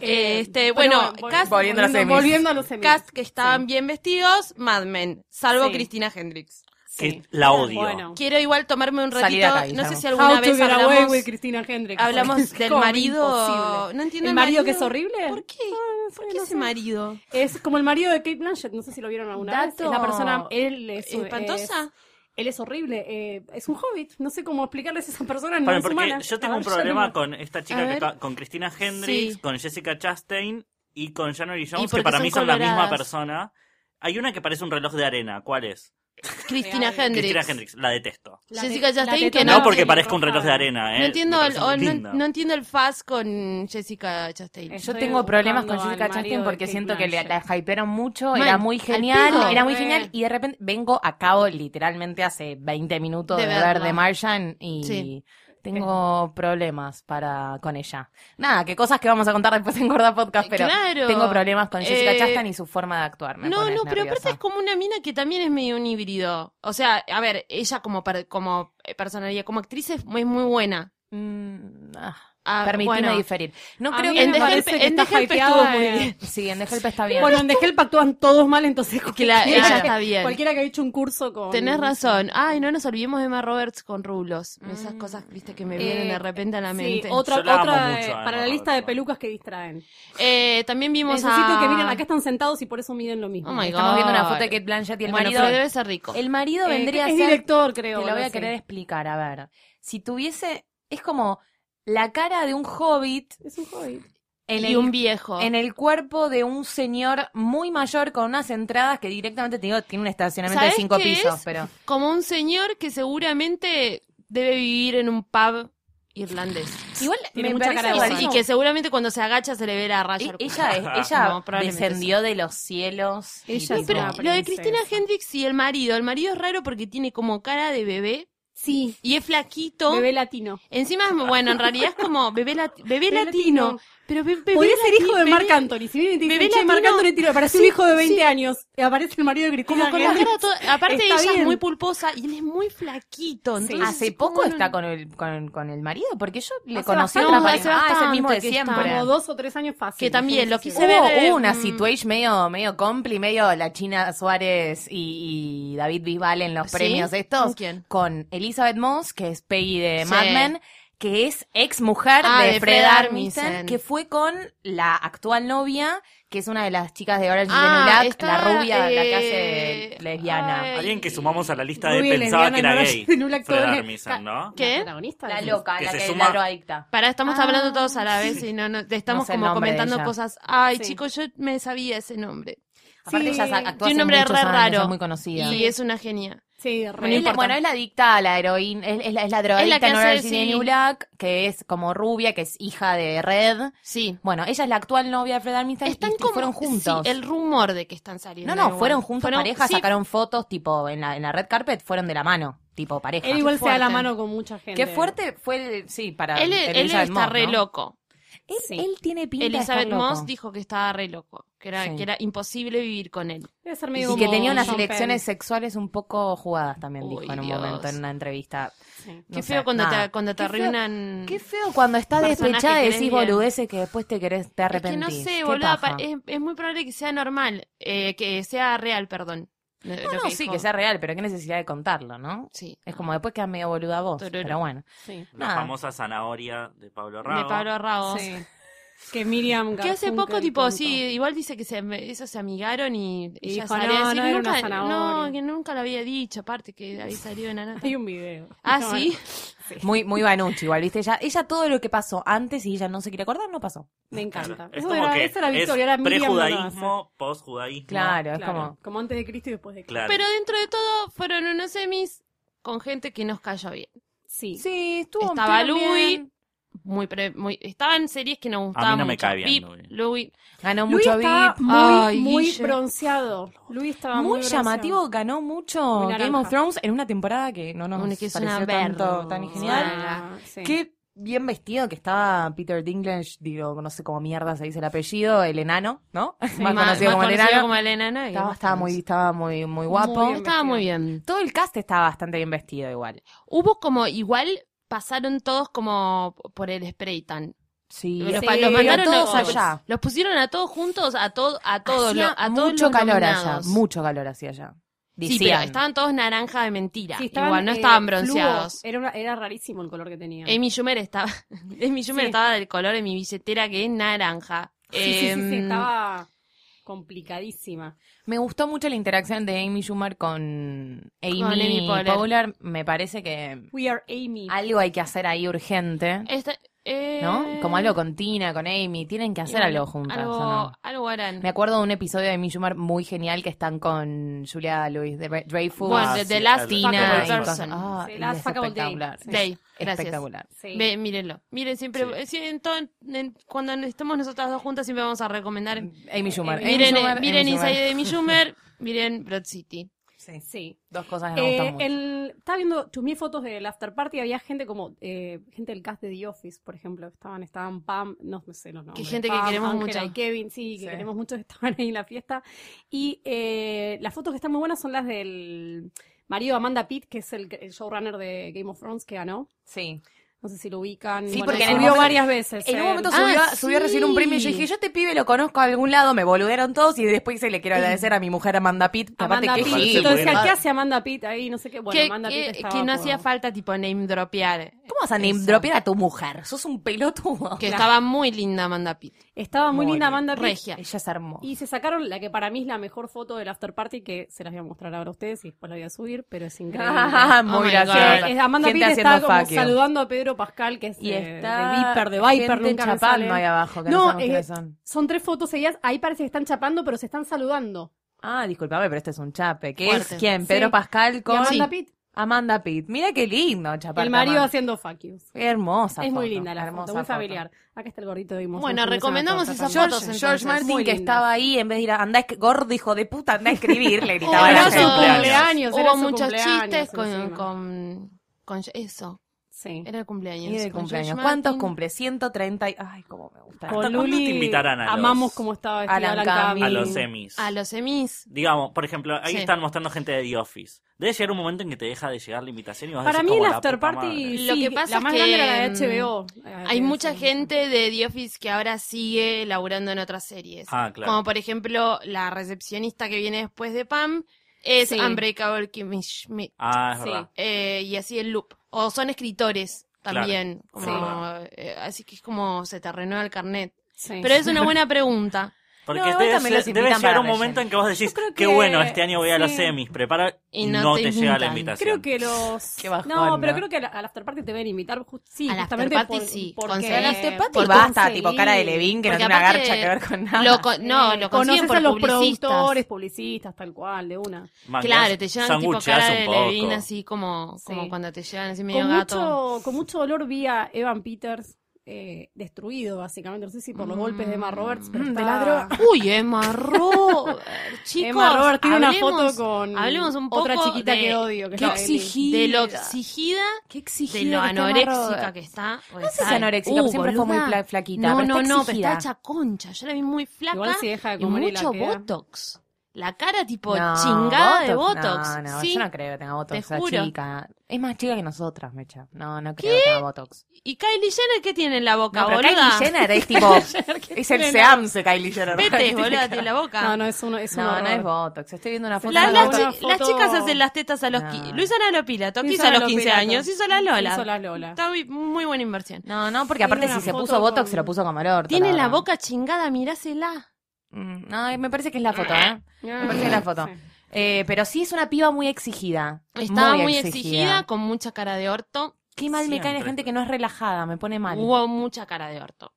Speaker 4: Eh, este,
Speaker 6: Pero
Speaker 4: bueno,
Speaker 6: vol-
Speaker 4: cast,
Speaker 5: volviendo a las semis.
Speaker 6: Volviendo a los semis.
Speaker 4: cast que estaban bien vestidos, Mad Men, salvo
Speaker 6: Sí.
Speaker 4: Cristina Hendricks.
Speaker 1: Que
Speaker 6: Sí.
Speaker 1: la odio.
Speaker 6: Bueno.
Speaker 4: Quiero igual tomarme un ratito,
Speaker 5: Salida acá,
Speaker 4: no sé
Speaker 5: Guillermo.
Speaker 4: si
Speaker 6: How
Speaker 4: alguna
Speaker 6: to
Speaker 4: vez
Speaker 6: get away
Speaker 4: hablamos,
Speaker 6: with Christina Hendricks.
Speaker 4: hablamos
Speaker 6: Es
Speaker 4: del
Speaker 6: como
Speaker 4: marido,
Speaker 6: imposible.
Speaker 4: no entiendo
Speaker 6: ¿El marido que es horrible?
Speaker 4: ¿Por qué?
Speaker 6: Ah,
Speaker 4: ¿Por
Speaker 6: sí,
Speaker 4: qué
Speaker 6: no
Speaker 4: ese
Speaker 6: sé.
Speaker 4: marido?
Speaker 6: Es como el marido de Kate Blanchett, no sé si lo vieron alguna vez.
Speaker 5: Dato
Speaker 6: Es la persona, él es
Speaker 4: Eh, ¿Espantosa?
Speaker 6: es- él es horrible, eh, es un hobbit, no sé cómo explicarles a esa persona, no
Speaker 1: Paren,
Speaker 6: es
Speaker 1: porque
Speaker 6: humana.
Speaker 1: yo
Speaker 6: A
Speaker 1: tengo un
Speaker 6: ver,
Speaker 1: problema
Speaker 6: no-
Speaker 1: con esta
Speaker 4: A
Speaker 1: chica, que
Speaker 4: ver.
Speaker 1: to- con Cristina Hendricks,
Speaker 4: Sí.
Speaker 1: con Jessica Chastain y con January
Speaker 4: Y
Speaker 1: Jones,
Speaker 4: porque
Speaker 1: que para
Speaker 4: son
Speaker 1: mí son la misma
Speaker 4: coloradas.
Speaker 1: persona. Hay una que parece un reloj de arena, ¿cuál es?
Speaker 4: Cristina
Speaker 6: Real.
Speaker 4: Hendricks.
Speaker 1: Cristina Hendricks, la detesto.
Speaker 6: La
Speaker 4: Jessica
Speaker 6: te- la
Speaker 4: Chastain, que
Speaker 6: tetona
Speaker 1: No,
Speaker 4: no,
Speaker 1: porque
Speaker 6: pelirroja.
Speaker 1: parezca un reloj de arena, ¿eh?
Speaker 4: No entiendo,
Speaker 1: Me
Speaker 4: el,
Speaker 1: parece
Speaker 4: o no,
Speaker 1: indigna.
Speaker 4: no entiendo el faz con Jessica Chastain.
Speaker 6: Es-
Speaker 5: Yo
Speaker 6: Estoy
Speaker 5: tengo problemas con
Speaker 6: buscando
Speaker 5: Jessica
Speaker 6: al marido
Speaker 5: Chastain
Speaker 6: de
Speaker 5: porque
Speaker 6: Kate
Speaker 5: siento que le- la
Speaker 6: Blanchett.
Speaker 5: hypearon mucho,
Speaker 4: Mal,
Speaker 5: era muy
Speaker 4: al
Speaker 5: genial,
Speaker 4: pedo.
Speaker 5: era muy
Speaker 6: Re.
Speaker 5: genial y de repente vengo, acabo literalmente hace 20 minutos
Speaker 4: De
Speaker 5: de, ver
Speaker 4: verla.
Speaker 5: The Martian y
Speaker 4: Sí.
Speaker 5: tengo problemas para con ella. Nada, que cosas que vamos a contar después en Gorda Podcast, pero
Speaker 4: Claro.
Speaker 5: tengo problemas con Jessica
Speaker 4: Eh,
Speaker 5: Chastain y su forma de actuar. me
Speaker 4: No,
Speaker 5: pone
Speaker 4: no, pero aparte
Speaker 5: nerviosa.
Speaker 4: es como una mina que también es medio un híbrido. O sea, a ver, ella como, per- como eh, personalidad, como actriz es muy, muy buena.
Speaker 5: Mm, ah,
Speaker 4: Ah,
Speaker 5: permitime
Speaker 4: bueno.
Speaker 5: diferir. No
Speaker 6: A
Speaker 5: creo
Speaker 6: mí
Speaker 5: que
Speaker 4: En
Speaker 6: me
Speaker 4: The
Speaker 6: parece
Speaker 4: Help-
Speaker 6: que
Speaker 4: en
Speaker 6: está
Speaker 4: The Help
Speaker 6: hypeada,
Speaker 4: estuvo muy
Speaker 6: eh.
Speaker 4: bien.
Speaker 5: Sí, en The Help está bien.
Speaker 6: Bueno, en The Help actúan todos mal, entonces
Speaker 4: que la-
Speaker 6: cualquiera-
Speaker 4: ella está bien.
Speaker 6: Cualquiera que haya hecho un curso con
Speaker 4: Tenés razón. Ay, no nos olvidemos de Emma Roberts con rulos. Esas
Speaker 5: Mm.
Speaker 4: cosas, viste, que me
Speaker 6: Eh,
Speaker 4: vienen de repente a la
Speaker 6: Sí,
Speaker 4: mente.
Speaker 6: otra,
Speaker 1: Yo la amo
Speaker 6: otra
Speaker 1: mucho,
Speaker 6: eh,
Speaker 1: además,
Speaker 6: para la lista de
Speaker 1: Roberto.
Speaker 6: pelucas que distraen.
Speaker 4: Eh, también vimos
Speaker 6: Necesito
Speaker 4: a...
Speaker 6: que miren, acá están sentados y por eso miden lo mismo.
Speaker 4: Oh my
Speaker 5: Estamos viendo una foto de
Speaker 4: God.
Speaker 5: Kate Blanchett y el
Speaker 4: Bueno,
Speaker 5: marido.
Speaker 4: pero debe ser rico.
Speaker 5: El marido
Speaker 6: Eh,
Speaker 5: vendría
Speaker 6: es
Speaker 5: a ser
Speaker 6: director, creo.
Speaker 5: Te lo voy a
Speaker 6: no sé.
Speaker 5: querer explicar, a ver. Si tuviese, es como la cara de un hobbit
Speaker 6: Es un hobbit.
Speaker 5: en
Speaker 4: y
Speaker 5: el,
Speaker 4: un viejo.
Speaker 5: en el cuerpo de un señor muy mayor con unas entradas que directamente te digo, tiene un estacionamiento de
Speaker 4: ¿Sabés
Speaker 5: cinco
Speaker 4: qué
Speaker 5: pisos,
Speaker 4: es?
Speaker 5: pero
Speaker 4: Como un señor que seguramente debe vivir en un pub irlandés.
Speaker 5: igual
Speaker 6: Tiene
Speaker 5: me
Speaker 6: mucha
Speaker 5: parece
Speaker 6: cara de
Speaker 4: Y,
Speaker 6: borracho.
Speaker 5: rarísimo.
Speaker 4: y que seguramente cuando se agacha se le ve la raya.
Speaker 5: E- ella es- ella
Speaker 4: No, probablemente
Speaker 5: descendió de los cielos. y
Speaker 6: Ella
Speaker 4: No,
Speaker 6: es
Speaker 4: pero
Speaker 6: una
Speaker 4: lo de Cristina
Speaker 6: princesa.
Speaker 4: Hendricks y el marido. El marido es raro porque tiene como cara de bebé
Speaker 6: Sí,
Speaker 4: Y es flaquito.
Speaker 6: bebé latino.
Speaker 4: Encima, es- bueno, en realidad es como bebé, lati- bebé
Speaker 6: Bebé
Speaker 4: latino.
Speaker 6: latino.
Speaker 4: Pero be- bebé
Speaker 6: Podría ser
Speaker 4: lati-
Speaker 6: hijo de
Speaker 4: bebé-
Speaker 6: Marc Anthony. Si viene y te
Speaker 4: bebé
Speaker 6: dicen, che, Marc
Speaker 4: latino.
Speaker 6: Anthony tiene- parece un
Speaker 4: Sí,
Speaker 6: hijo de 20
Speaker 4: sí.
Speaker 6: años. Y aparece el marido de Cristina.
Speaker 4: Como con la
Speaker 6: Aguilera.
Speaker 4: cara toda- Aparte,
Speaker 6: Está
Speaker 4: ella es
Speaker 6: bien.
Speaker 4: muy pulposa y él es muy flaquito.
Speaker 6: Sí.
Speaker 4: Entonces,
Speaker 5: Hace
Speaker 4: es
Speaker 5: poco
Speaker 4: como no-
Speaker 5: está con el, con, con el marido, porque yo le
Speaker 6: Hace
Speaker 5: conocí
Speaker 6: bastante,
Speaker 5: otra
Speaker 6: no,
Speaker 5: pareja.
Speaker 4: hace
Speaker 5: Ah, es el mismo de
Speaker 4: bastante que está.
Speaker 5: siempre.
Speaker 6: Como dos o tres años fácil.
Speaker 4: Que también lo
Speaker 6: Sí, sí,
Speaker 4: quise
Speaker 6: sí.
Speaker 4: ver.
Speaker 5: Hubo,
Speaker 4: eh,
Speaker 5: hubo una
Speaker 4: mm.
Speaker 5: situation medio, medio compli, medio la China Suárez y, y David Bisbal en los
Speaker 4: ¿Sí?
Speaker 5: premios
Speaker 4: ¿Con
Speaker 5: estos.
Speaker 4: quién?
Speaker 5: Con Elizabeth Moss, que es Peggy de
Speaker 4: Sí.
Speaker 5: Mad Men, que es ex mujer
Speaker 4: Ah,
Speaker 5: de,
Speaker 4: de
Speaker 5: Fred
Speaker 4: Fred
Speaker 5: Armisen,
Speaker 4: Armisen.
Speaker 5: que fue con la actual novia, que es una de las chicas de Orange
Speaker 4: Ah,
Speaker 5: is the New Black,
Speaker 4: está,
Speaker 5: la rubia, la que
Speaker 4: eh,
Speaker 5: hace lesbiana.
Speaker 4: ay.
Speaker 1: Alguien que sumamos a la lista
Speaker 6: Rubia
Speaker 1: de
Speaker 6: y
Speaker 1: pensaba que era
Speaker 6: lesbiana, no la-
Speaker 1: gay.
Speaker 6: en un actor
Speaker 1: Fred
Speaker 6: de-
Speaker 1: Armisen, ¿no?
Speaker 6: La
Speaker 4: ¿Qué?
Speaker 6: protagonista.
Speaker 5: La loca,
Speaker 1: que
Speaker 5: la
Speaker 1: se
Speaker 5: que es
Speaker 1: suma-
Speaker 5: la drogadicta.
Speaker 4: Pará, estamos
Speaker 6: Ah.
Speaker 4: hablando todos a la vez y no, no, te estamos
Speaker 5: sé el
Speaker 4: como
Speaker 5: nombre de
Speaker 4: comentando
Speaker 5: ella.
Speaker 4: cosas. Ay,
Speaker 6: Sí.
Speaker 4: chicos, yo me sabía ese nombre.
Speaker 5: Aparte, ella sa- actúa
Speaker 4: Tiene un
Speaker 5: hace
Speaker 4: nombre
Speaker 5: muchos
Speaker 4: re
Speaker 5: años,
Speaker 4: raro.
Speaker 5: es muy conocida.
Speaker 4: Y es una genia.
Speaker 6: Sí, re.
Speaker 4: No
Speaker 5: Es la-
Speaker 4: importa.
Speaker 5: bueno, es la adicta a la heroína, es, es la, es la drogadicta
Speaker 4: que
Speaker 5: en
Speaker 4: hace,
Speaker 5: Orange is the
Speaker 4: sí.
Speaker 5: New Black, que es como rubia, que es hija de Red.
Speaker 4: Sí.
Speaker 5: Bueno, ella es la actual novia de Fred Armisen.
Speaker 4: Están
Speaker 5: y- y
Speaker 4: como.
Speaker 5: fueron juntos.
Speaker 4: sí, el rumor de que están saliendo.
Speaker 5: No, no,
Speaker 4: igual.
Speaker 5: fueron juntos
Speaker 4: Fueron-
Speaker 5: pareja,
Speaker 4: sí,
Speaker 5: sacaron fotos, tipo, en la, en la red carpet, fueron de la mano, tipo pareja.
Speaker 6: Él igual se da la
Speaker 4: fuerte.
Speaker 6: mano con mucha gente.
Speaker 5: Qué fuerte fue, el- sí, para
Speaker 4: Él, él
Speaker 5: Elizabeth
Speaker 4: está
Speaker 5: Moss,
Speaker 4: re
Speaker 5: ¿no?
Speaker 4: loco.
Speaker 5: Él,
Speaker 6: Sí.
Speaker 5: él tiene pinta
Speaker 4: Elizabeth
Speaker 5: de estar loco.
Speaker 4: Moss dijo que estaba re loco. Que era,
Speaker 5: Sí.
Speaker 4: que era imposible vivir con él.
Speaker 6: Debe ser medio
Speaker 5: Y que
Speaker 6: como
Speaker 5: tenía unas
Speaker 6: Sean Penn.
Speaker 5: elecciones sexuales un poco jugadas también,
Speaker 4: Uy,
Speaker 5: dijo en un
Speaker 4: Dios.
Speaker 5: momento, en una entrevista.
Speaker 6: Sí.
Speaker 5: No
Speaker 4: Qué
Speaker 5: sé,
Speaker 4: feo cuando
Speaker 5: nada.
Speaker 4: te, cuando te
Speaker 5: Qué feo-
Speaker 4: arruinan.
Speaker 5: Qué feo cuando estás
Speaker 4: Mm. Personaje
Speaker 5: despechada y
Speaker 4: que
Speaker 5: decís
Speaker 4: crees bien.
Speaker 5: boludeces que después te querés, te
Speaker 4: Es que
Speaker 5: arrepentís.
Speaker 4: no sé,
Speaker 5: Qué
Speaker 4: boluda.
Speaker 5: paja.
Speaker 4: pa- Es, es muy probable que sea normal. eh, que sea real, perdón. No,
Speaker 5: No, no, sí, que sea real, pero qué necesidad de contarlo, ¿no?
Speaker 4: Sí.
Speaker 5: Es como después quedas medio boluda vos,
Speaker 4: Torero.
Speaker 5: pero bueno.
Speaker 6: Sí.
Speaker 1: La
Speaker 5: Nada.
Speaker 1: famosa zanahoria de Pablo Rago.
Speaker 4: De Pablo Rao.
Speaker 6: Sí. Que Miriam
Speaker 4: Oh. Que hace
Speaker 6: Garfunkel
Speaker 4: poco, tipo,
Speaker 6: contó.
Speaker 4: sí, igual dice que se, eso se amigaron y,
Speaker 6: Y
Speaker 4: ella
Speaker 6: dijo,
Speaker 4: salió
Speaker 6: "No,
Speaker 4: a decir,
Speaker 6: no era
Speaker 4: nunca-
Speaker 6: una zanahoria".
Speaker 4: no, que nunca lo había dicho, aparte que había salido en la nota.
Speaker 6: Hay un video.
Speaker 4: Ah,
Speaker 6: No,
Speaker 4: sí.
Speaker 5: Muy, muy Banucci, igual, ¿viste? Ella, ella todo lo que pasó antes y ella no se quiere acordar, no pasó.
Speaker 6: Me
Speaker 1: Claro.
Speaker 6: encanta.
Speaker 1: Es
Speaker 6: Eso
Speaker 1: como
Speaker 6: era-
Speaker 1: que
Speaker 6: esa era Victoria,
Speaker 1: es
Speaker 6: era Miriam Barraza.
Speaker 1: prejudaísmo, posjudaísmo.
Speaker 5: Claro, es
Speaker 6: Claro,
Speaker 5: como.
Speaker 6: como antes de Cristo y después de Cristo.
Speaker 1: Claro.
Speaker 4: Pero dentro de todo, fueron unos semis con gente que nos cayó bien.
Speaker 6: Sí.
Speaker 5: Sí, estuvo
Speaker 4: Estaba
Speaker 5: estuvieron
Speaker 4: Louis.
Speaker 5: bien.
Speaker 4: Muy pre- muy, estaban series que nos gustaban.
Speaker 1: no me
Speaker 4: mucho.
Speaker 1: cae bien,
Speaker 4: Vip,
Speaker 1: Louis.
Speaker 4: Louis.
Speaker 5: Ganó
Speaker 6: Luis
Speaker 5: mucho
Speaker 6: estaba
Speaker 5: VIP.
Speaker 6: muy,
Speaker 4: Ay,
Speaker 6: muy
Speaker 4: Guille.
Speaker 6: bronceado. Luis estaba
Speaker 5: Muy,
Speaker 6: muy, bronceado.
Speaker 5: llamativo, ganó mucho
Speaker 6: Muy naranja.
Speaker 5: Game of Thrones en una temporada que no nos
Speaker 4: Una que es
Speaker 5: pareció
Speaker 4: una
Speaker 5: tanto,
Speaker 4: verga.
Speaker 5: tan genial.
Speaker 6: Ah, sí.
Speaker 5: Qué bien vestido que estaba Peter Dinklage, digo, no sé cómo mierda se dice el apellido, el enano, ¿no? más conocido como el enano.
Speaker 4: como el enano. y
Speaker 5: Estaba,
Speaker 4: más
Speaker 5: estaba muy,
Speaker 4: conocido.
Speaker 5: estaba muy, muy
Speaker 6: Muy
Speaker 5: guapo.
Speaker 6: bien.
Speaker 4: Estaba muy bien.
Speaker 5: Todo el cast estaba bastante bien vestido igual.
Speaker 4: Hubo como, igual pasaron todos como por el spray tan.
Speaker 5: Sí,
Speaker 4: Los,
Speaker 6: Sí,
Speaker 4: pa- los
Speaker 6: pero
Speaker 4: mandaron
Speaker 5: todos
Speaker 4: los-
Speaker 5: allá.
Speaker 4: Los pusieron a todos juntos, a, todo, a todos
Speaker 5: Hacía
Speaker 4: los, a todos
Speaker 5: mucho
Speaker 4: los
Speaker 5: calor allá,
Speaker 4: nominados.
Speaker 5: mucho calor hacía allá.
Speaker 4: Sí,
Speaker 5: Decían.
Speaker 4: pero estaban todos naranja de mentira.
Speaker 6: Sí, estaban,
Speaker 4: Igual no
Speaker 6: eh,
Speaker 4: estaban
Speaker 6: fluo.
Speaker 4: bronceados.
Speaker 6: Era, una- era rarísimo el color que tenía.
Speaker 4: Amy Schumer estaba, Amy Schumer
Speaker 6: Sí.
Speaker 4: estaba del color de mi billetera que es naranja.
Speaker 6: Sí, sí, sí, sí,
Speaker 4: Em,
Speaker 6: estaba complicadísima.
Speaker 5: Me gustó mucho la interacción de Amy Schumer con Amy,
Speaker 4: Amy Poehler.
Speaker 5: Poehler. Me parece que
Speaker 6: We are Amy.
Speaker 5: algo hay que hacer ahí urgente.
Speaker 4: esta- eh,
Speaker 5: ¿No? Como algo con Tina, con Amy. Tienen que hacer algo juntas. ¿o
Speaker 4: Algo,
Speaker 5: no?
Speaker 4: algo harán.
Speaker 5: Me acuerdo de un episodio de Amy Schumer muy genial que están con Julia Louis Dreyfus.
Speaker 4: Bueno,
Speaker 1: Ah,
Speaker 4: de
Speaker 1: sí,
Speaker 4: The Last
Speaker 1: el-
Speaker 5: Tina
Speaker 4: Fuckable
Speaker 5: y
Speaker 1: Fuckable
Speaker 5: cosas.
Speaker 4: Person.
Speaker 5: Ah,
Speaker 6: Sí,
Speaker 5: y
Speaker 6: Last
Speaker 5: es
Speaker 6: Fuckable Day.
Speaker 5: espectacular.
Speaker 6: Sí.
Speaker 4: Day, gracias.
Speaker 5: Espectacular.
Speaker 6: Sí.
Speaker 4: Ve, mírenlo. Miren, siempre,
Speaker 1: Sí.
Speaker 4: eh, sí, en todo- en- cuando estemos nosotras dos juntas siempre vamos a recomendar.
Speaker 5: Amy Schumer. Amy
Speaker 4: miren eh,
Speaker 5: Schumer,
Speaker 4: miren
Speaker 5: Amy Schumer.
Speaker 4: Inside de Amy Schumer, miren Broad City.
Speaker 5: Sí, sí.
Speaker 6: Sí.
Speaker 5: Dos cosas que Ah, me
Speaker 6: Eh,
Speaker 5: gustan mucho.
Speaker 6: el- estaba viendo, chusmeé fotos del after party. Había gente como, eh, gente del cast de The Office, por ejemplo. Estaban, estaban Pam, no sé los nombres.
Speaker 4: Que gente que
Speaker 6: Pam,
Speaker 4: queremos
Speaker 6: Ángela
Speaker 4: mucho.
Speaker 6: y Kevin, sí, que
Speaker 5: Sí.
Speaker 6: queremos mucho, que estaban ahí en la fiesta. Y eh, las fotos que están muy buenas son las del marido de Amanda Pitt, que es el, el showrunner de Game of Thrones que ganó.
Speaker 5: Sí.
Speaker 6: No sé si lo ubican.
Speaker 5: Sí,
Speaker 6: Bueno,
Speaker 5: porque en el
Speaker 6: subió
Speaker 5: momento-
Speaker 6: varias veces.
Speaker 5: En un
Speaker 6: eh.
Speaker 5: momento
Speaker 4: Ah,
Speaker 5: subió, subió a recibir un
Speaker 4: sí.
Speaker 5: premio y yo dije, yo este pibe lo conozco a algún lado, me boludearon todos y después se le quiero agradecer a mi mujer Amanda Pitt, que
Speaker 6: Amanda
Speaker 5: Ah, aparte
Speaker 6: Pitt.
Speaker 5: que
Speaker 1: Parece
Speaker 5: sí.
Speaker 6: Entonces,
Speaker 1: muy
Speaker 6: ¿qué
Speaker 1: raro.
Speaker 6: hace Amanda Pitt ahí? No sé qué. Bueno,
Speaker 4: que,
Speaker 6: Amanda
Speaker 4: que-
Speaker 6: Pitt estaba
Speaker 4: que no
Speaker 6: por-
Speaker 4: hacía falta tipo name dropear.
Speaker 5: ¿Cómo vas a name
Speaker 4: Eso.
Speaker 5: dropear a tu mujer? Sos un pelotudo.
Speaker 4: Que estaba muy linda Amanda Pitt.
Speaker 6: Estaba muy,
Speaker 5: Muy
Speaker 6: linda
Speaker 5: bien.
Speaker 6: Amanda Pitt.
Speaker 4: Regia.
Speaker 5: Ella es hermosa.
Speaker 6: Y se sacaron la que para mí es la mejor foto del after party, que se las voy a mostrar ahora a ustedes y después la voy a subir, pero es increíble.
Speaker 5: Ah,
Speaker 4: Oh
Speaker 5: muy
Speaker 4: my
Speaker 5: graciosa.
Speaker 4: God.
Speaker 6: Eh, Amanda
Speaker 5: Gente
Speaker 6: Pitt está
Speaker 5: haciendo
Speaker 6: como
Speaker 5: fuck you.
Speaker 6: saludando a Pedro Pascal, que es
Speaker 5: Y
Speaker 6: eh,
Speaker 5: está
Speaker 6: de Viper, de Viper,
Speaker 5: gente
Speaker 6: nunca me
Speaker 5: chapando
Speaker 6: sale.
Speaker 5: ahí abajo, que
Speaker 6: No,
Speaker 5: no, sabemos
Speaker 6: eh,
Speaker 5: quiénes son.
Speaker 6: Son tres fotos seguidas, ahí parece que están chapando, pero se están saludando.
Speaker 5: Ah, disculpame, pero este es un chape. ¿Qué
Speaker 4: Fuerte.
Speaker 5: es quién? Pedro
Speaker 6: Sí.
Speaker 5: Pascal
Speaker 6: Y
Speaker 5: con
Speaker 6: Amanda
Speaker 5: Sí.
Speaker 6: Pitt,
Speaker 5: Amanda Pitt. Mira qué lindo, chapar.
Speaker 6: el marido
Speaker 5: Amanda.
Speaker 6: haciendo fuck yous.
Speaker 5: Qué hermosa.
Speaker 6: Es muy
Speaker 5: foto,
Speaker 6: linda la
Speaker 5: hermosa
Speaker 6: foto, muy
Speaker 5: foto.
Speaker 6: familiar. Acá está el gordito de Imosa,
Speaker 4: Bueno,
Speaker 6: nos hizo una
Speaker 4: recomendamos
Speaker 6: torta
Speaker 4: esas
Speaker 6: también.
Speaker 5: George,
Speaker 4: fotos, entonces.
Speaker 5: George Martin,
Speaker 6: Muy
Speaker 5: que
Speaker 6: linda.
Speaker 5: estaba ahí, en vez de ir a andar gordo, hijo de puta, anda a escribir, le gritaba a
Speaker 6: Era
Speaker 5: la
Speaker 6: su
Speaker 5: gente.
Speaker 6: cumpleaños, era
Speaker 4: Hubo
Speaker 6: su
Speaker 4: muchos
Speaker 6: cumpleaños
Speaker 4: chistes con,
Speaker 6: encima.
Speaker 4: con, Con- eso,
Speaker 6: Sí.
Speaker 4: era el cumpleaños.
Speaker 5: Y de
Speaker 4: con
Speaker 5: cumpleaños.
Speaker 4: George
Speaker 5: ¿Cuántos
Speaker 4: Martin.
Speaker 5: cumple? 130 y... Ay, cómo me gusta.
Speaker 1: Con- cuándo te invitarán a los-
Speaker 6: Amamos cómo estaba vestida
Speaker 5: Alan
Speaker 6: Alan Cumming.
Speaker 5: Cumming?
Speaker 1: a los semis.
Speaker 4: A los semis.
Speaker 1: Digamos, por ejemplo, ahí
Speaker 4: Sí.
Speaker 1: están mostrando gente de The Office. Debe llegar un momento en que te deja de llegar la invitación y vas a
Speaker 6: Para
Speaker 1: decir
Speaker 6: mí el
Speaker 1: como, la
Speaker 6: after
Speaker 1: puta
Speaker 6: party,
Speaker 1: madre.
Speaker 6: sí,
Speaker 4: Lo que pasa
Speaker 6: la
Speaker 4: es
Speaker 6: más
Speaker 4: que,
Speaker 6: grande era la
Speaker 4: mm,
Speaker 6: de HBO. eh,
Speaker 4: Hay
Speaker 6: de
Speaker 4: mucha
Speaker 6: esa-
Speaker 4: gente de The Office que ahora sigue laburando en otras series.
Speaker 1: Ah, claro.
Speaker 4: Como por ejemplo, la recepcionista que viene después de Pam es
Speaker 6: Sí.
Speaker 4: Unbreakable Kimmy Schmidt.
Speaker 1: Ah, es
Speaker 6: Sí.
Speaker 1: verdad.
Speaker 4: Eh, y así el loop. O son escritores
Speaker 1: Claro.
Speaker 4: también.
Speaker 1: Sí.
Speaker 4: como, eh, así que es como se te renueva el carnet.
Speaker 6: Sí.
Speaker 4: Pero es una buena pregunta.
Speaker 1: Porque este
Speaker 5: No, igual
Speaker 1: debe,
Speaker 5: también los
Speaker 1: ser- debe
Speaker 5: invitan
Speaker 1: llegar
Speaker 5: para
Speaker 1: un momento
Speaker 5: relleno.
Speaker 1: en que vos decís,
Speaker 6: Yo creo
Speaker 1: qué
Speaker 6: que-
Speaker 1: bueno, este año voy a los
Speaker 6: sí.
Speaker 1: semis, prepara y
Speaker 4: Y
Speaker 1: no,
Speaker 4: no
Speaker 1: te,
Speaker 4: te
Speaker 1: llega la
Speaker 4: invitan.
Speaker 1: invitación.
Speaker 6: Creo que los.
Speaker 5: Qué bajón,
Speaker 6: no, pero
Speaker 5: ¿no?
Speaker 6: creo que al- al after party te deben invitar. ju- sí,
Speaker 4: Al
Speaker 6: justamente
Speaker 4: after party
Speaker 6: por-
Speaker 4: sí,
Speaker 6: porque-
Speaker 4: conseguí.
Speaker 5: Al after party
Speaker 6: por
Speaker 5: basta,
Speaker 6: conseguir.
Speaker 5: tipo cara de Levin, que
Speaker 4: Porque
Speaker 5: no tiene una
Speaker 4: aparte-
Speaker 5: garcha que ver con nada.
Speaker 4: Lo con- no,
Speaker 6: Eh,
Speaker 4: lo
Speaker 6: conoces
Speaker 4: consiguen por
Speaker 6: a los
Speaker 4: publicistas.
Speaker 6: productores, publicistas, tal cual, de una.
Speaker 1: Man,
Speaker 4: Claro,
Speaker 1: ya
Speaker 4: te llevan tipo
Speaker 1: sangucheás
Speaker 4: cara
Speaker 1: un
Speaker 4: de
Speaker 1: poco.
Speaker 4: Levin así como,
Speaker 6: Sí.
Speaker 4: como cuando te llevan así medio
Speaker 6: Con
Speaker 4: gato.
Speaker 6: mucho, con mucho dolor vi a Evan Peters eh, destruido, básicamente. No sé si por los golpes de Emma Roberts, pero
Speaker 5: Mm, de
Speaker 6: está-
Speaker 5: la droga.
Speaker 4: Uy, Emma Robert, chicos.
Speaker 6: Emma Roberts tiene una
Speaker 4: hablemos-
Speaker 6: foto con
Speaker 4: hablemos un poco
Speaker 6: otra chiquita
Speaker 4: de
Speaker 6: que odio. Que
Speaker 5: qué
Speaker 6: es la de Ellie.
Speaker 5: exigí-
Speaker 4: de lo exigida,
Speaker 5: Qué
Speaker 4: de lo
Speaker 5: exigida que está Emma
Speaker 4: anoréxica
Speaker 5: Roberts.
Speaker 4: que está. o
Speaker 5: No sé si
Speaker 4: está-
Speaker 5: anoréxica,
Speaker 4: Uh,
Speaker 5: pero siempre fue muy
Speaker 4: boluda.
Speaker 5: pla- flaquita.
Speaker 4: No,
Speaker 5: pero
Speaker 4: no, no,
Speaker 5: está
Speaker 4: pero está
Speaker 5: exigida.
Speaker 4: hecha concha. Yo la vi muy flaca
Speaker 6: Igual si deja de
Speaker 4: y
Speaker 6: comer y la
Speaker 4: mucho
Speaker 6: queda.
Speaker 4: botox. La cara tipo
Speaker 5: No,
Speaker 4: chingada de
Speaker 5: Botox,
Speaker 4: botox.
Speaker 5: No, no,
Speaker 4: sí.
Speaker 5: yo no creo que tenga Botox
Speaker 4: Te
Speaker 5: esa
Speaker 4: juro.
Speaker 5: chica. Es más chica que nosotras, Mecha. No, no creo que tenga Botox.
Speaker 4: ¿Y Kylie Jenner qué tiene en la boca,
Speaker 5: No, pero
Speaker 4: boluda?
Speaker 5: Kylie Jenner es tipo... es el
Speaker 6: tiene
Speaker 5: Seamse Kylie Jenner.
Speaker 4: Vete, boluda, tiene la boca.
Speaker 6: No, no, es uno. Es un
Speaker 5: No, no
Speaker 6: horror.
Speaker 5: es Botox. Estoy viendo una foto
Speaker 4: La-
Speaker 6: Una
Speaker 5: de
Speaker 4: las,
Speaker 6: foto-
Speaker 4: chi-
Speaker 6: una foto-
Speaker 4: las chicas hacen las tetas a los...
Speaker 5: No.
Speaker 4: 15 Luis Ana Lopilato, ¿qué
Speaker 6: Hizo
Speaker 4: hizo a los
Speaker 6: la
Speaker 4: 15
Speaker 6: Lopilato.
Speaker 4: años? Hizo la Lola.
Speaker 6: Hizo la Lola.
Speaker 4: Está muy, muy buena inversión.
Speaker 5: No, no, porque
Speaker 6: Tiene
Speaker 5: aparte
Speaker 6: una
Speaker 5: si se
Speaker 6: foto
Speaker 5: puso Botox,
Speaker 6: con-
Speaker 5: se lo puso como el orto.
Speaker 4: Tiene la
Speaker 5: verdad.
Speaker 4: boca chingada, mirásela.
Speaker 5: Mm, No, me parece que es la foto, ¿eh?
Speaker 6: Ah,
Speaker 5: Me parece que es la foto.
Speaker 6: sí.
Speaker 5: Eh, pero sí es una piba muy exigida.
Speaker 4: Estaba muy, exigida, con mucha cara de orto.
Speaker 5: Qué mal me cae la
Speaker 1: Siempre.
Speaker 5: gente que no es relajada, me pone mal.
Speaker 4: Hubo mucha cara de orto.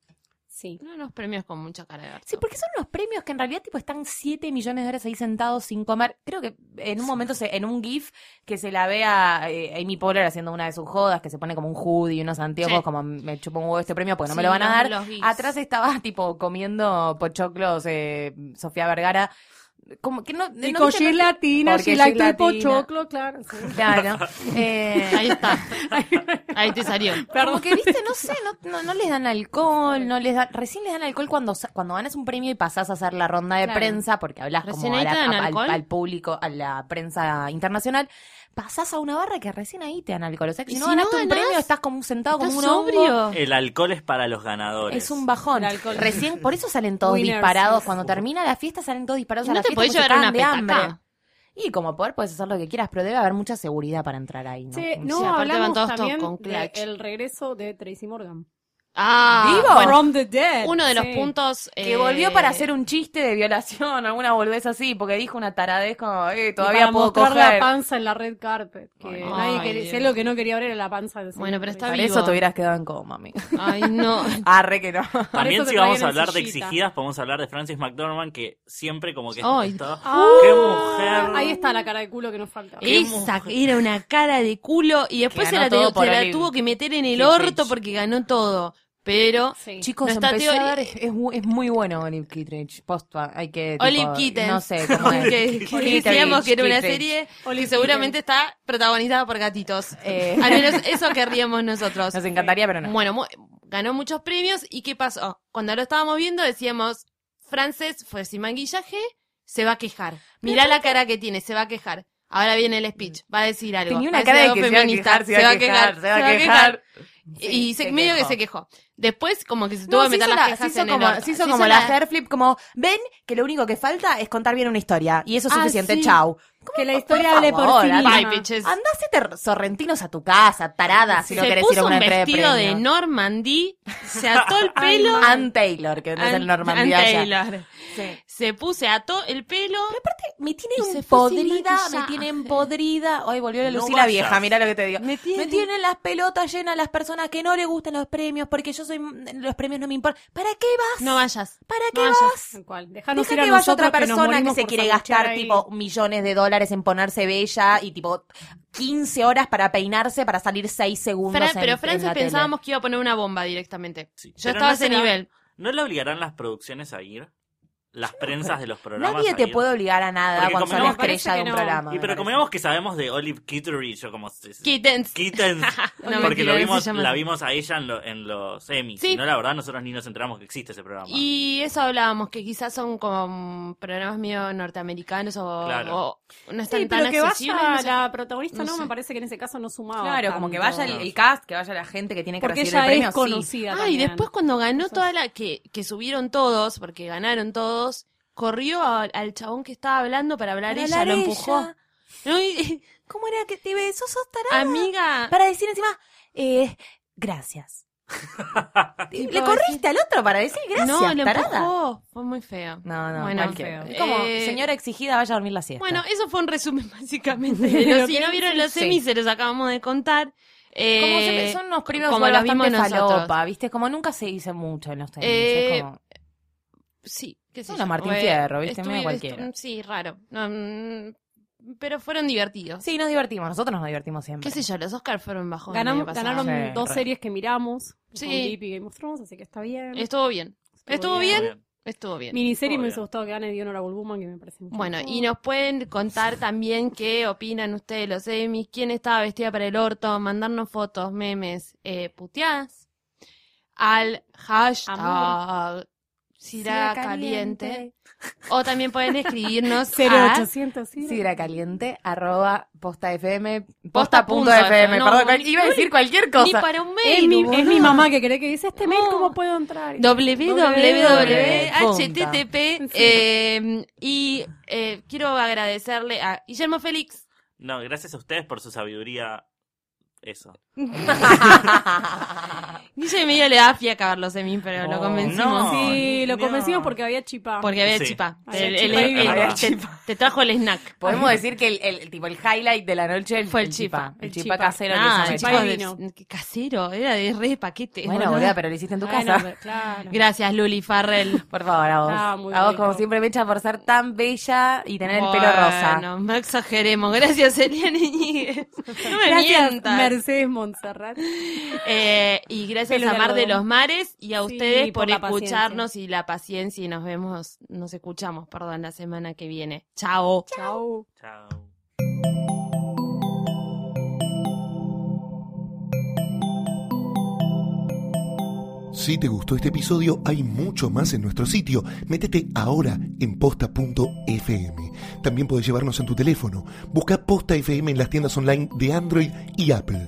Speaker 6: Sí.
Speaker 4: No los premios con mucha cara de orto.
Speaker 5: Sí, porque son unos premios que en realidad tipo están 7 millones de horas ahí sentados sin comer. Creo que en un momento, se, en un GIF, que se la ve a eh, Amy Poehler haciendo una de sus jodas, que se pone como un hoodie y unos anteojos,
Speaker 4: Sí.
Speaker 5: como me chupo un huevo este premio porque no
Speaker 4: Sí,
Speaker 5: me lo van a
Speaker 4: los-
Speaker 5: dar.
Speaker 4: los GIFs.
Speaker 5: Atrás estaba tipo comiendo pochoclos eh, Sofía Vergara. Como que no,
Speaker 6: Y
Speaker 5: no
Speaker 6: con
Speaker 5: viste- no-
Speaker 6: gelatina,
Speaker 5: Porque
Speaker 6: gelatina y
Speaker 5: gelatina.
Speaker 6: pochoclo, claro. sí.
Speaker 5: Claro. Eh,
Speaker 4: Ahí está. Ahí te salió.
Speaker 5: Como que, viste, no sé, no, no, no les dan alcohol, no les dan, recién les dan alcohol cuando, sa- cuando ganas un premio y pasás a hacer la ronda de
Speaker 4: Claro.
Speaker 5: prensa, porque hablas como
Speaker 4: Recién ahí
Speaker 5: a la-
Speaker 4: te dan
Speaker 5: a- al,
Speaker 4: alcohol.
Speaker 5: al público, a la prensa internacional, pasás a una barra que recién ahí te dan alcohol. O sea, que
Speaker 4: Y
Speaker 5: si no
Speaker 4: si no
Speaker 5: ganaste un
Speaker 4: ganás,
Speaker 5: premio, estás como un sentado como un
Speaker 4: ¿Estás
Speaker 5: hongo.
Speaker 4: sobrio?
Speaker 1: El alcohol es para los ganadores.
Speaker 5: Es un bajón.
Speaker 6: El alcohol.
Speaker 5: Recién, por eso salen todos
Speaker 6: Winners.
Speaker 5: disparados. Cuando termina la fiesta salen todos disparados
Speaker 4: ¿Y
Speaker 5: a
Speaker 4: no
Speaker 5: Eh, la
Speaker 4: te
Speaker 5: fiesta
Speaker 4: podés
Speaker 5: porque se
Speaker 4: llevar una
Speaker 5: cagan de
Speaker 4: petaca?
Speaker 5: hambre. Y como poder puedes hacer lo que quieras, pero debe haber mucha seguridad para entrar ahí. ¿no?
Speaker 6: Che,
Speaker 5: O
Speaker 6: no
Speaker 5: sea,
Speaker 4: aparte van
Speaker 6: hablamos
Speaker 4: todos to-
Speaker 6: también
Speaker 4: con
Speaker 6: del
Speaker 4: clutch.
Speaker 6: regreso de Tracy Morgan.
Speaker 4: Ah,
Speaker 5: ¿Vivo?
Speaker 4: bueno,
Speaker 6: From the dead.
Speaker 4: uno de los
Speaker 6: sí.
Speaker 4: puntos.
Speaker 5: Que
Speaker 4: eh,
Speaker 5: volvió para hacer un chiste de violación, alguna volvés así, porque dijo una taradez como, eh,
Speaker 6: Y
Speaker 5: todavía
Speaker 6: para
Speaker 5: puedo
Speaker 6: mostrar
Speaker 5: coger.
Speaker 6: la panza en la red carpet. Que
Speaker 5: Ay,
Speaker 6: nadie
Speaker 4: Dios.
Speaker 6: quería, si es lo que no quería ver era la panza. de
Speaker 4: Bueno, pero está
Speaker 6: Tracy.
Speaker 5: Para
Speaker 4: vivo.
Speaker 5: eso te hubieras quedado en coma, mami.
Speaker 4: Ay, no.
Speaker 5: Arre que no.
Speaker 1: También
Speaker 6: eso
Speaker 1: si
Speaker 6: te
Speaker 1: vamos a
Speaker 6: traían en
Speaker 1: hablar de
Speaker 6: sillita.
Speaker 1: exigidas, podemos hablar de Frances McDormand, que siempre como que
Speaker 4: Ay.
Speaker 1: está-
Speaker 6: Ah,
Speaker 1: ¡Qué mujer!
Speaker 6: Ahí está la cara de culo que nos falta.
Speaker 1: Qué
Speaker 4: Esa
Speaker 1: mujer.
Speaker 4: era una cara de culo y después se
Speaker 5: Que ganó
Speaker 4: la,
Speaker 5: todo
Speaker 4: se
Speaker 5: por
Speaker 4: la
Speaker 5: Olive.
Speaker 4: tuvo que meter en el
Speaker 5: Qué
Speaker 4: orto
Speaker 5: cringe.
Speaker 4: porque ganó todo. Pero
Speaker 6: Sí.
Speaker 5: Chicos,
Speaker 4: No está
Speaker 5: empecé a
Speaker 4: teoría-
Speaker 5: ver- es, es mu- es muy bueno Olive Kittredge. Posta, hay que. tipo,
Speaker 4: Olive Kittens.
Speaker 5: No sé cómo es.
Speaker 4: que, que
Speaker 5: Kittredge,
Speaker 4: decíamos que era una
Speaker 5: Kittredge.
Speaker 4: serie
Speaker 6: Olive
Speaker 4: que seguramente está protagonizada por gatitos.
Speaker 5: Eh.
Speaker 4: Al menos eso querríamos nosotros.
Speaker 5: Nos encantaría, pero no.
Speaker 4: Bueno, mu- ganó muchos premios y ¿qué pasó? Cuando lo estábamos viendo decíamos, Frances fue sin maquillaje, se va a quejar. Mirá la cara que tiene, se va a quejar. Ahora viene el speech, va a decir algo.
Speaker 5: Tenía una
Speaker 4: va a
Speaker 5: cara de
Speaker 4: decir
Speaker 5: que
Speaker 4: algo
Speaker 5: se va a
Speaker 4: feminista,
Speaker 5: quejar, se va a quejar, se va a quejar.
Speaker 4: Y
Speaker 5: Sí,
Speaker 4: se-
Speaker 5: se
Speaker 4: medio
Speaker 5: quejó.
Speaker 4: que se quejó. Después como que se
Speaker 5: No,
Speaker 4: tuvo que
Speaker 5: se
Speaker 4: meter las
Speaker 5: hizo la- se
Speaker 4: quejas
Speaker 5: hizo
Speaker 4: en el
Speaker 5: como,
Speaker 4: orto.
Speaker 5: se hizo
Speaker 4: Se
Speaker 5: como
Speaker 4: la-
Speaker 5: la hair flip, como, ven que lo único que falta es contar bien una historia. Y eso es
Speaker 4: Ah,
Speaker 5: suficiente,
Speaker 4: sí.
Speaker 5: chau.
Speaker 6: Que la
Speaker 5: Por
Speaker 6: historia hable por
Speaker 5: favor,
Speaker 6: sí misma.
Speaker 4: Bye, bitches.
Speaker 5: Andás te sorrentinos a tu casa, tarada, Ah, si no
Speaker 4: se
Speaker 5: querés ir a
Speaker 4: puso
Speaker 5: una
Speaker 4: un
Speaker 5: entrega de
Speaker 4: vestido de
Speaker 5: premios.
Speaker 4: Normandy, se ató el pelo.
Speaker 5: Ann Taylor, que no es el Normandía
Speaker 4: Ann
Speaker 5: allá.
Speaker 4: Taylor. Se puso, ató el pelo.
Speaker 5: Me tiene
Speaker 4: Y se
Speaker 5: un
Speaker 4: fue sin
Speaker 5: podrida, me
Speaker 4: maquillaje.
Speaker 5: tiene empodrida. Hoy volvió la
Speaker 1: No
Speaker 5: Lucila
Speaker 1: vayas.
Speaker 5: vieja, mira lo que te digo.
Speaker 4: Me
Speaker 5: Me
Speaker 4: tiene-
Speaker 5: tienen, las pelotas llenas las personas que no le gustan los premios, porque yo soy los premios no me importan. ¿Para qué vas?
Speaker 4: No vayas.
Speaker 5: ¿Para qué
Speaker 4: no
Speaker 5: vas?
Speaker 4: vayas.
Speaker 6: Tal cual. Dejanos
Speaker 5: Deja
Speaker 6: ir a
Speaker 5: que vaya otra
Speaker 6: nosotros nos
Speaker 5: persona que
Speaker 6: morimos
Speaker 5: se
Speaker 6: por
Speaker 5: quiere
Speaker 6: sanguchear
Speaker 5: gastar
Speaker 6: ahí.
Speaker 5: tipo millones de dólares en ponerse bella y tipo 15 horas para peinarse para salir 6 segundos.
Speaker 4: Fra-
Speaker 5: en-
Speaker 4: pero
Speaker 5: en
Speaker 4: Frances
Speaker 5: la tele.
Speaker 4: pensábamos que iba a poner una bomba directamente.
Speaker 1: Sí.
Speaker 4: Yo
Speaker 1: Pero
Speaker 4: estaba
Speaker 1: no
Speaker 4: a ese
Speaker 1: será-
Speaker 4: nivel.
Speaker 1: ¿No le obligarán las producciones a ir? las prensas de los programas.
Speaker 5: Nadie
Speaker 1: a
Speaker 5: te
Speaker 1: ir.
Speaker 5: puede obligar a nada
Speaker 1: Porque
Speaker 5: cuando sos la
Speaker 1: convengamos que-
Speaker 5: estrella de
Speaker 6: Me parece
Speaker 5: un
Speaker 6: que no.
Speaker 5: programa.
Speaker 1: Y
Speaker 5: me
Speaker 1: pero
Speaker 5: parece.
Speaker 1: convengamos que sabemos de Olive Kittery, yo como...
Speaker 4: Kittens.
Speaker 1: Kittens.
Speaker 4: No,
Speaker 1: porque lo
Speaker 4: mentira, se
Speaker 1: vimos,
Speaker 4: llama
Speaker 1: la
Speaker 4: así.
Speaker 1: vimos a ella en, lo- en los Emmys.
Speaker 4: Sí.
Speaker 1: Si No, la verdad, nosotros ni nos enteramos que existe ese programa.
Speaker 4: Y eso hablábamos, que quizás son como programas medio norteamericanos o,
Speaker 1: Claro.
Speaker 4: o no están
Speaker 6: Sí,
Speaker 4: tan
Speaker 6: pero que vaya
Speaker 4: accesibles. no sé.
Speaker 6: la protagonista,
Speaker 4: No
Speaker 6: no,
Speaker 4: sé.
Speaker 6: me parece que en ese caso no sumaba.
Speaker 5: Claro, como que
Speaker 6: tanto.
Speaker 5: vaya el, el cast, que vaya la gente que tiene que
Speaker 6: Porque
Speaker 5: recibir
Speaker 6: ella
Speaker 5: el premio.
Speaker 6: es
Speaker 5: sí.
Speaker 6: conocida.
Speaker 4: Ah, y
Speaker 6: también.
Speaker 4: después cuando ganó
Speaker 6: Eso
Speaker 4: toda la que, que subieron todos, porque ganaron todos, corrió a- al chabón que estaba hablando para hablar
Speaker 5: Para
Speaker 4: ella,
Speaker 5: hablar
Speaker 4: lo
Speaker 5: ella.
Speaker 4: empujó. No, y-
Speaker 5: ¿Cómo era que te besó? Sos tarada.
Speaker 4: amiga,
Speaker 5: Para decir encima, eh, gracias. ¿Le
Speaker 4: Tipo,
Speaker 5: corriste al otro para decir gracias,
Speaker 4: no, lo
Speaker 5: tarada?
Speaker 4: empujó. Fue muy feo.
Speaker 5: No, no,
Speaker 4: Bueno,
Speaker 5: mal que-
Speaker 6: feo.
Speaker 5: Es como,
Speaker 4: Eh,
Speaker 5: señora exigida, vaya a dormir la siesta.
Speaker 4: Bueno, eso fue un resumen básicamente.
Speaker 6: De
Speaker 4: Pero
Speaker 6: lo
Speaker 4: si
Speaker 6: que-
Speaker 4: no vieron los
Speaker 5: sí.
Speaker 4: semis, se los acabamos de contar. Eh,
Speaker 5: como siempre son unos premios
Speaker 4: como
Speaker 5: igual
Speaker 4: los vimos
Speaker 5: bastante
Speaker 4: nosotros.
Speaker 5: falopa, ¿viste? Como nunca se dice mucho en los tenis.
Speaker 4: Eh,
Speaker 5: es como,
Speaker 4: Sí, qué sé
Speaker 5: Son los
Speaker 4: yo.
Speaker 5: Martín
Speaker 4: Eh,
Speaker 5: Fierro, ¿viste?
Speaker 4: estuvi-
Speaker 5: Medio cualquiera.
Speaker 4: estu- Sí, raro. No, mm, pero fueron divertidos.
Speaker 5: sí, nos divertimos, nosotros nos divertimos siempre.
Speaker 4: Qué sé yo, los Oscars fueron bajos.
Speaker 6: Ganamos- ganaron
Speaker 5: Sí,
Speaker 6: dos
Speaker 5: re.
Speaker 6: series que miramos.
Speaker 4: Sí.
Speaker 6: Sí. Deep y Game of Thrones, así que está bien.
Speaker 4: Estuvo bien, estuvo bien. estuvo bien.
Speaker 6: Miniserie
Speaker 1: Estuvo
Speaker 6: me
Speaker 1: bien.
Speaker 6: hubiese gustado que gane Dionora Bulbuman, que me parece mucho
Speaker 4: Bueno,
Speaker 6: mejor.
Speaker 4: y nos pueden contar también qué opinan ustedes, los semis, quién estaba vestida para el orto, mandarnos fotos, memes, eh, puteadas, al hashtag Sira caliente. O también pueden escribirnos a
Speaker 6: 0800, sí.
Speaker 5: Sidra caliente, arroba postafm,
Speaker 4: Posta punto
Speaker 5: posta.fm,
Speaker 4: no,
Speaker 5: perdón,
Speaker 4: ni-
Speaker 5: iba a decir cualquier
Speaker 4: ni
Speaker 5: cosa.
Speaker 4: para un
Speaker 6: Es
Speaker 4: mail.
Speaker 6: mi,
Speaker 4: boludo.
Speaker 6: es mi mamá que cree que dice este mail,
Speaker 4: No.
Speaker 6: ¿cómo puedo entrar?
Speaker 4: www.http
Speaker 6: Punta.
Speaker 4: eh, y eh, quiero agradecerle a Guillermo Félix
Speaker 1: No, gracias a ustedes por su sabiduría. Eso.
Speaker 4: Guille medio le da fiaca a Carlos Emín, pero lo
Speaker 5: Oh,
Speaker 4: convencimos
Speaker 1: No,
Speaker 6: sí, lo
Speaker 1: no.
Speaker 6: convencimos porque había chipa.
Speaker 4: porque había
Speaker 1: Sí.
Speaker 4: chipa.
Speaker 6: Había
Speaker 4: El-
Speaker 6: chipa.
Speaker 4: el-
Speaker 6: Ahí
Speaker 4: el-
Speaker 1: va.
Speaker 4: te- Te trajo el snack.
Speaker 5: Podemos decir que el, el- tipo el highlight de la noche
Speaker 4: Fue el
Speaker 5: chipa.
Speaker 6: chipa.
Speaker 5: El
Speaker 6: El
Speaker 5: chipa
Speaker 6: chipa.
Speaker 5: casero que
Speaker 4: Nada,
Speaker 5: hizo
Speaker 6: chipa
Speaker 5: Mechi.
Speaker 4: chicos,
Speaker 6: divino.
Speaker 4: Ah, de- qué casero, era de re de paquete.
Speaker 5: Bueno,
Speaker 4: boludo.
Speaker 5: boluda, pero lo hiciste en tu
Speaker 6: Bueno,
Speaker 5: casa.
Speaker 6: pero claro.
Speaker 4: Gracias, Luli Farrell.
Speaker 5: Por favor, a vos.
Speaker 6: Ah, muy
Speaker 5: a vos,
Speaker 6: rico.
Speaker 5: como siempre, Mecha, por ser tan bella y tener el pelo rosa.
Speaker 4: No, no exageremos. Gracias, Eliane Iñiguez. No me
Speaker 6: Gracias,
Speaker 4: mientas.
Speaker 6: Mercedes Montserrat.
Speaker 4: Eh, y gracias
Speaker 6: Pelo
Speaker 4: a
Speaker 6: de
Speaker 4: Mar de
Speaker 6: algodón.
Speaker 4: los Mares y a
Speaker 6: Sí,
Speaker 4: ustedes por,
Speaker 6: por la
Speaker 4: escucharnos y la paciencia y nos vemos, nos escuchamos, perdón, la semana que viene. Chao.
Speaker 6: Chao.
Speaker 1: Chao.
Speaker 2: Si te gustó este episodio, hay mucho más en nuestro sitio. Métete ahora en posta.fm. También puedes llevarnos en tu teléfono. Busca Posta FM en las tiendas online de Android y Apple.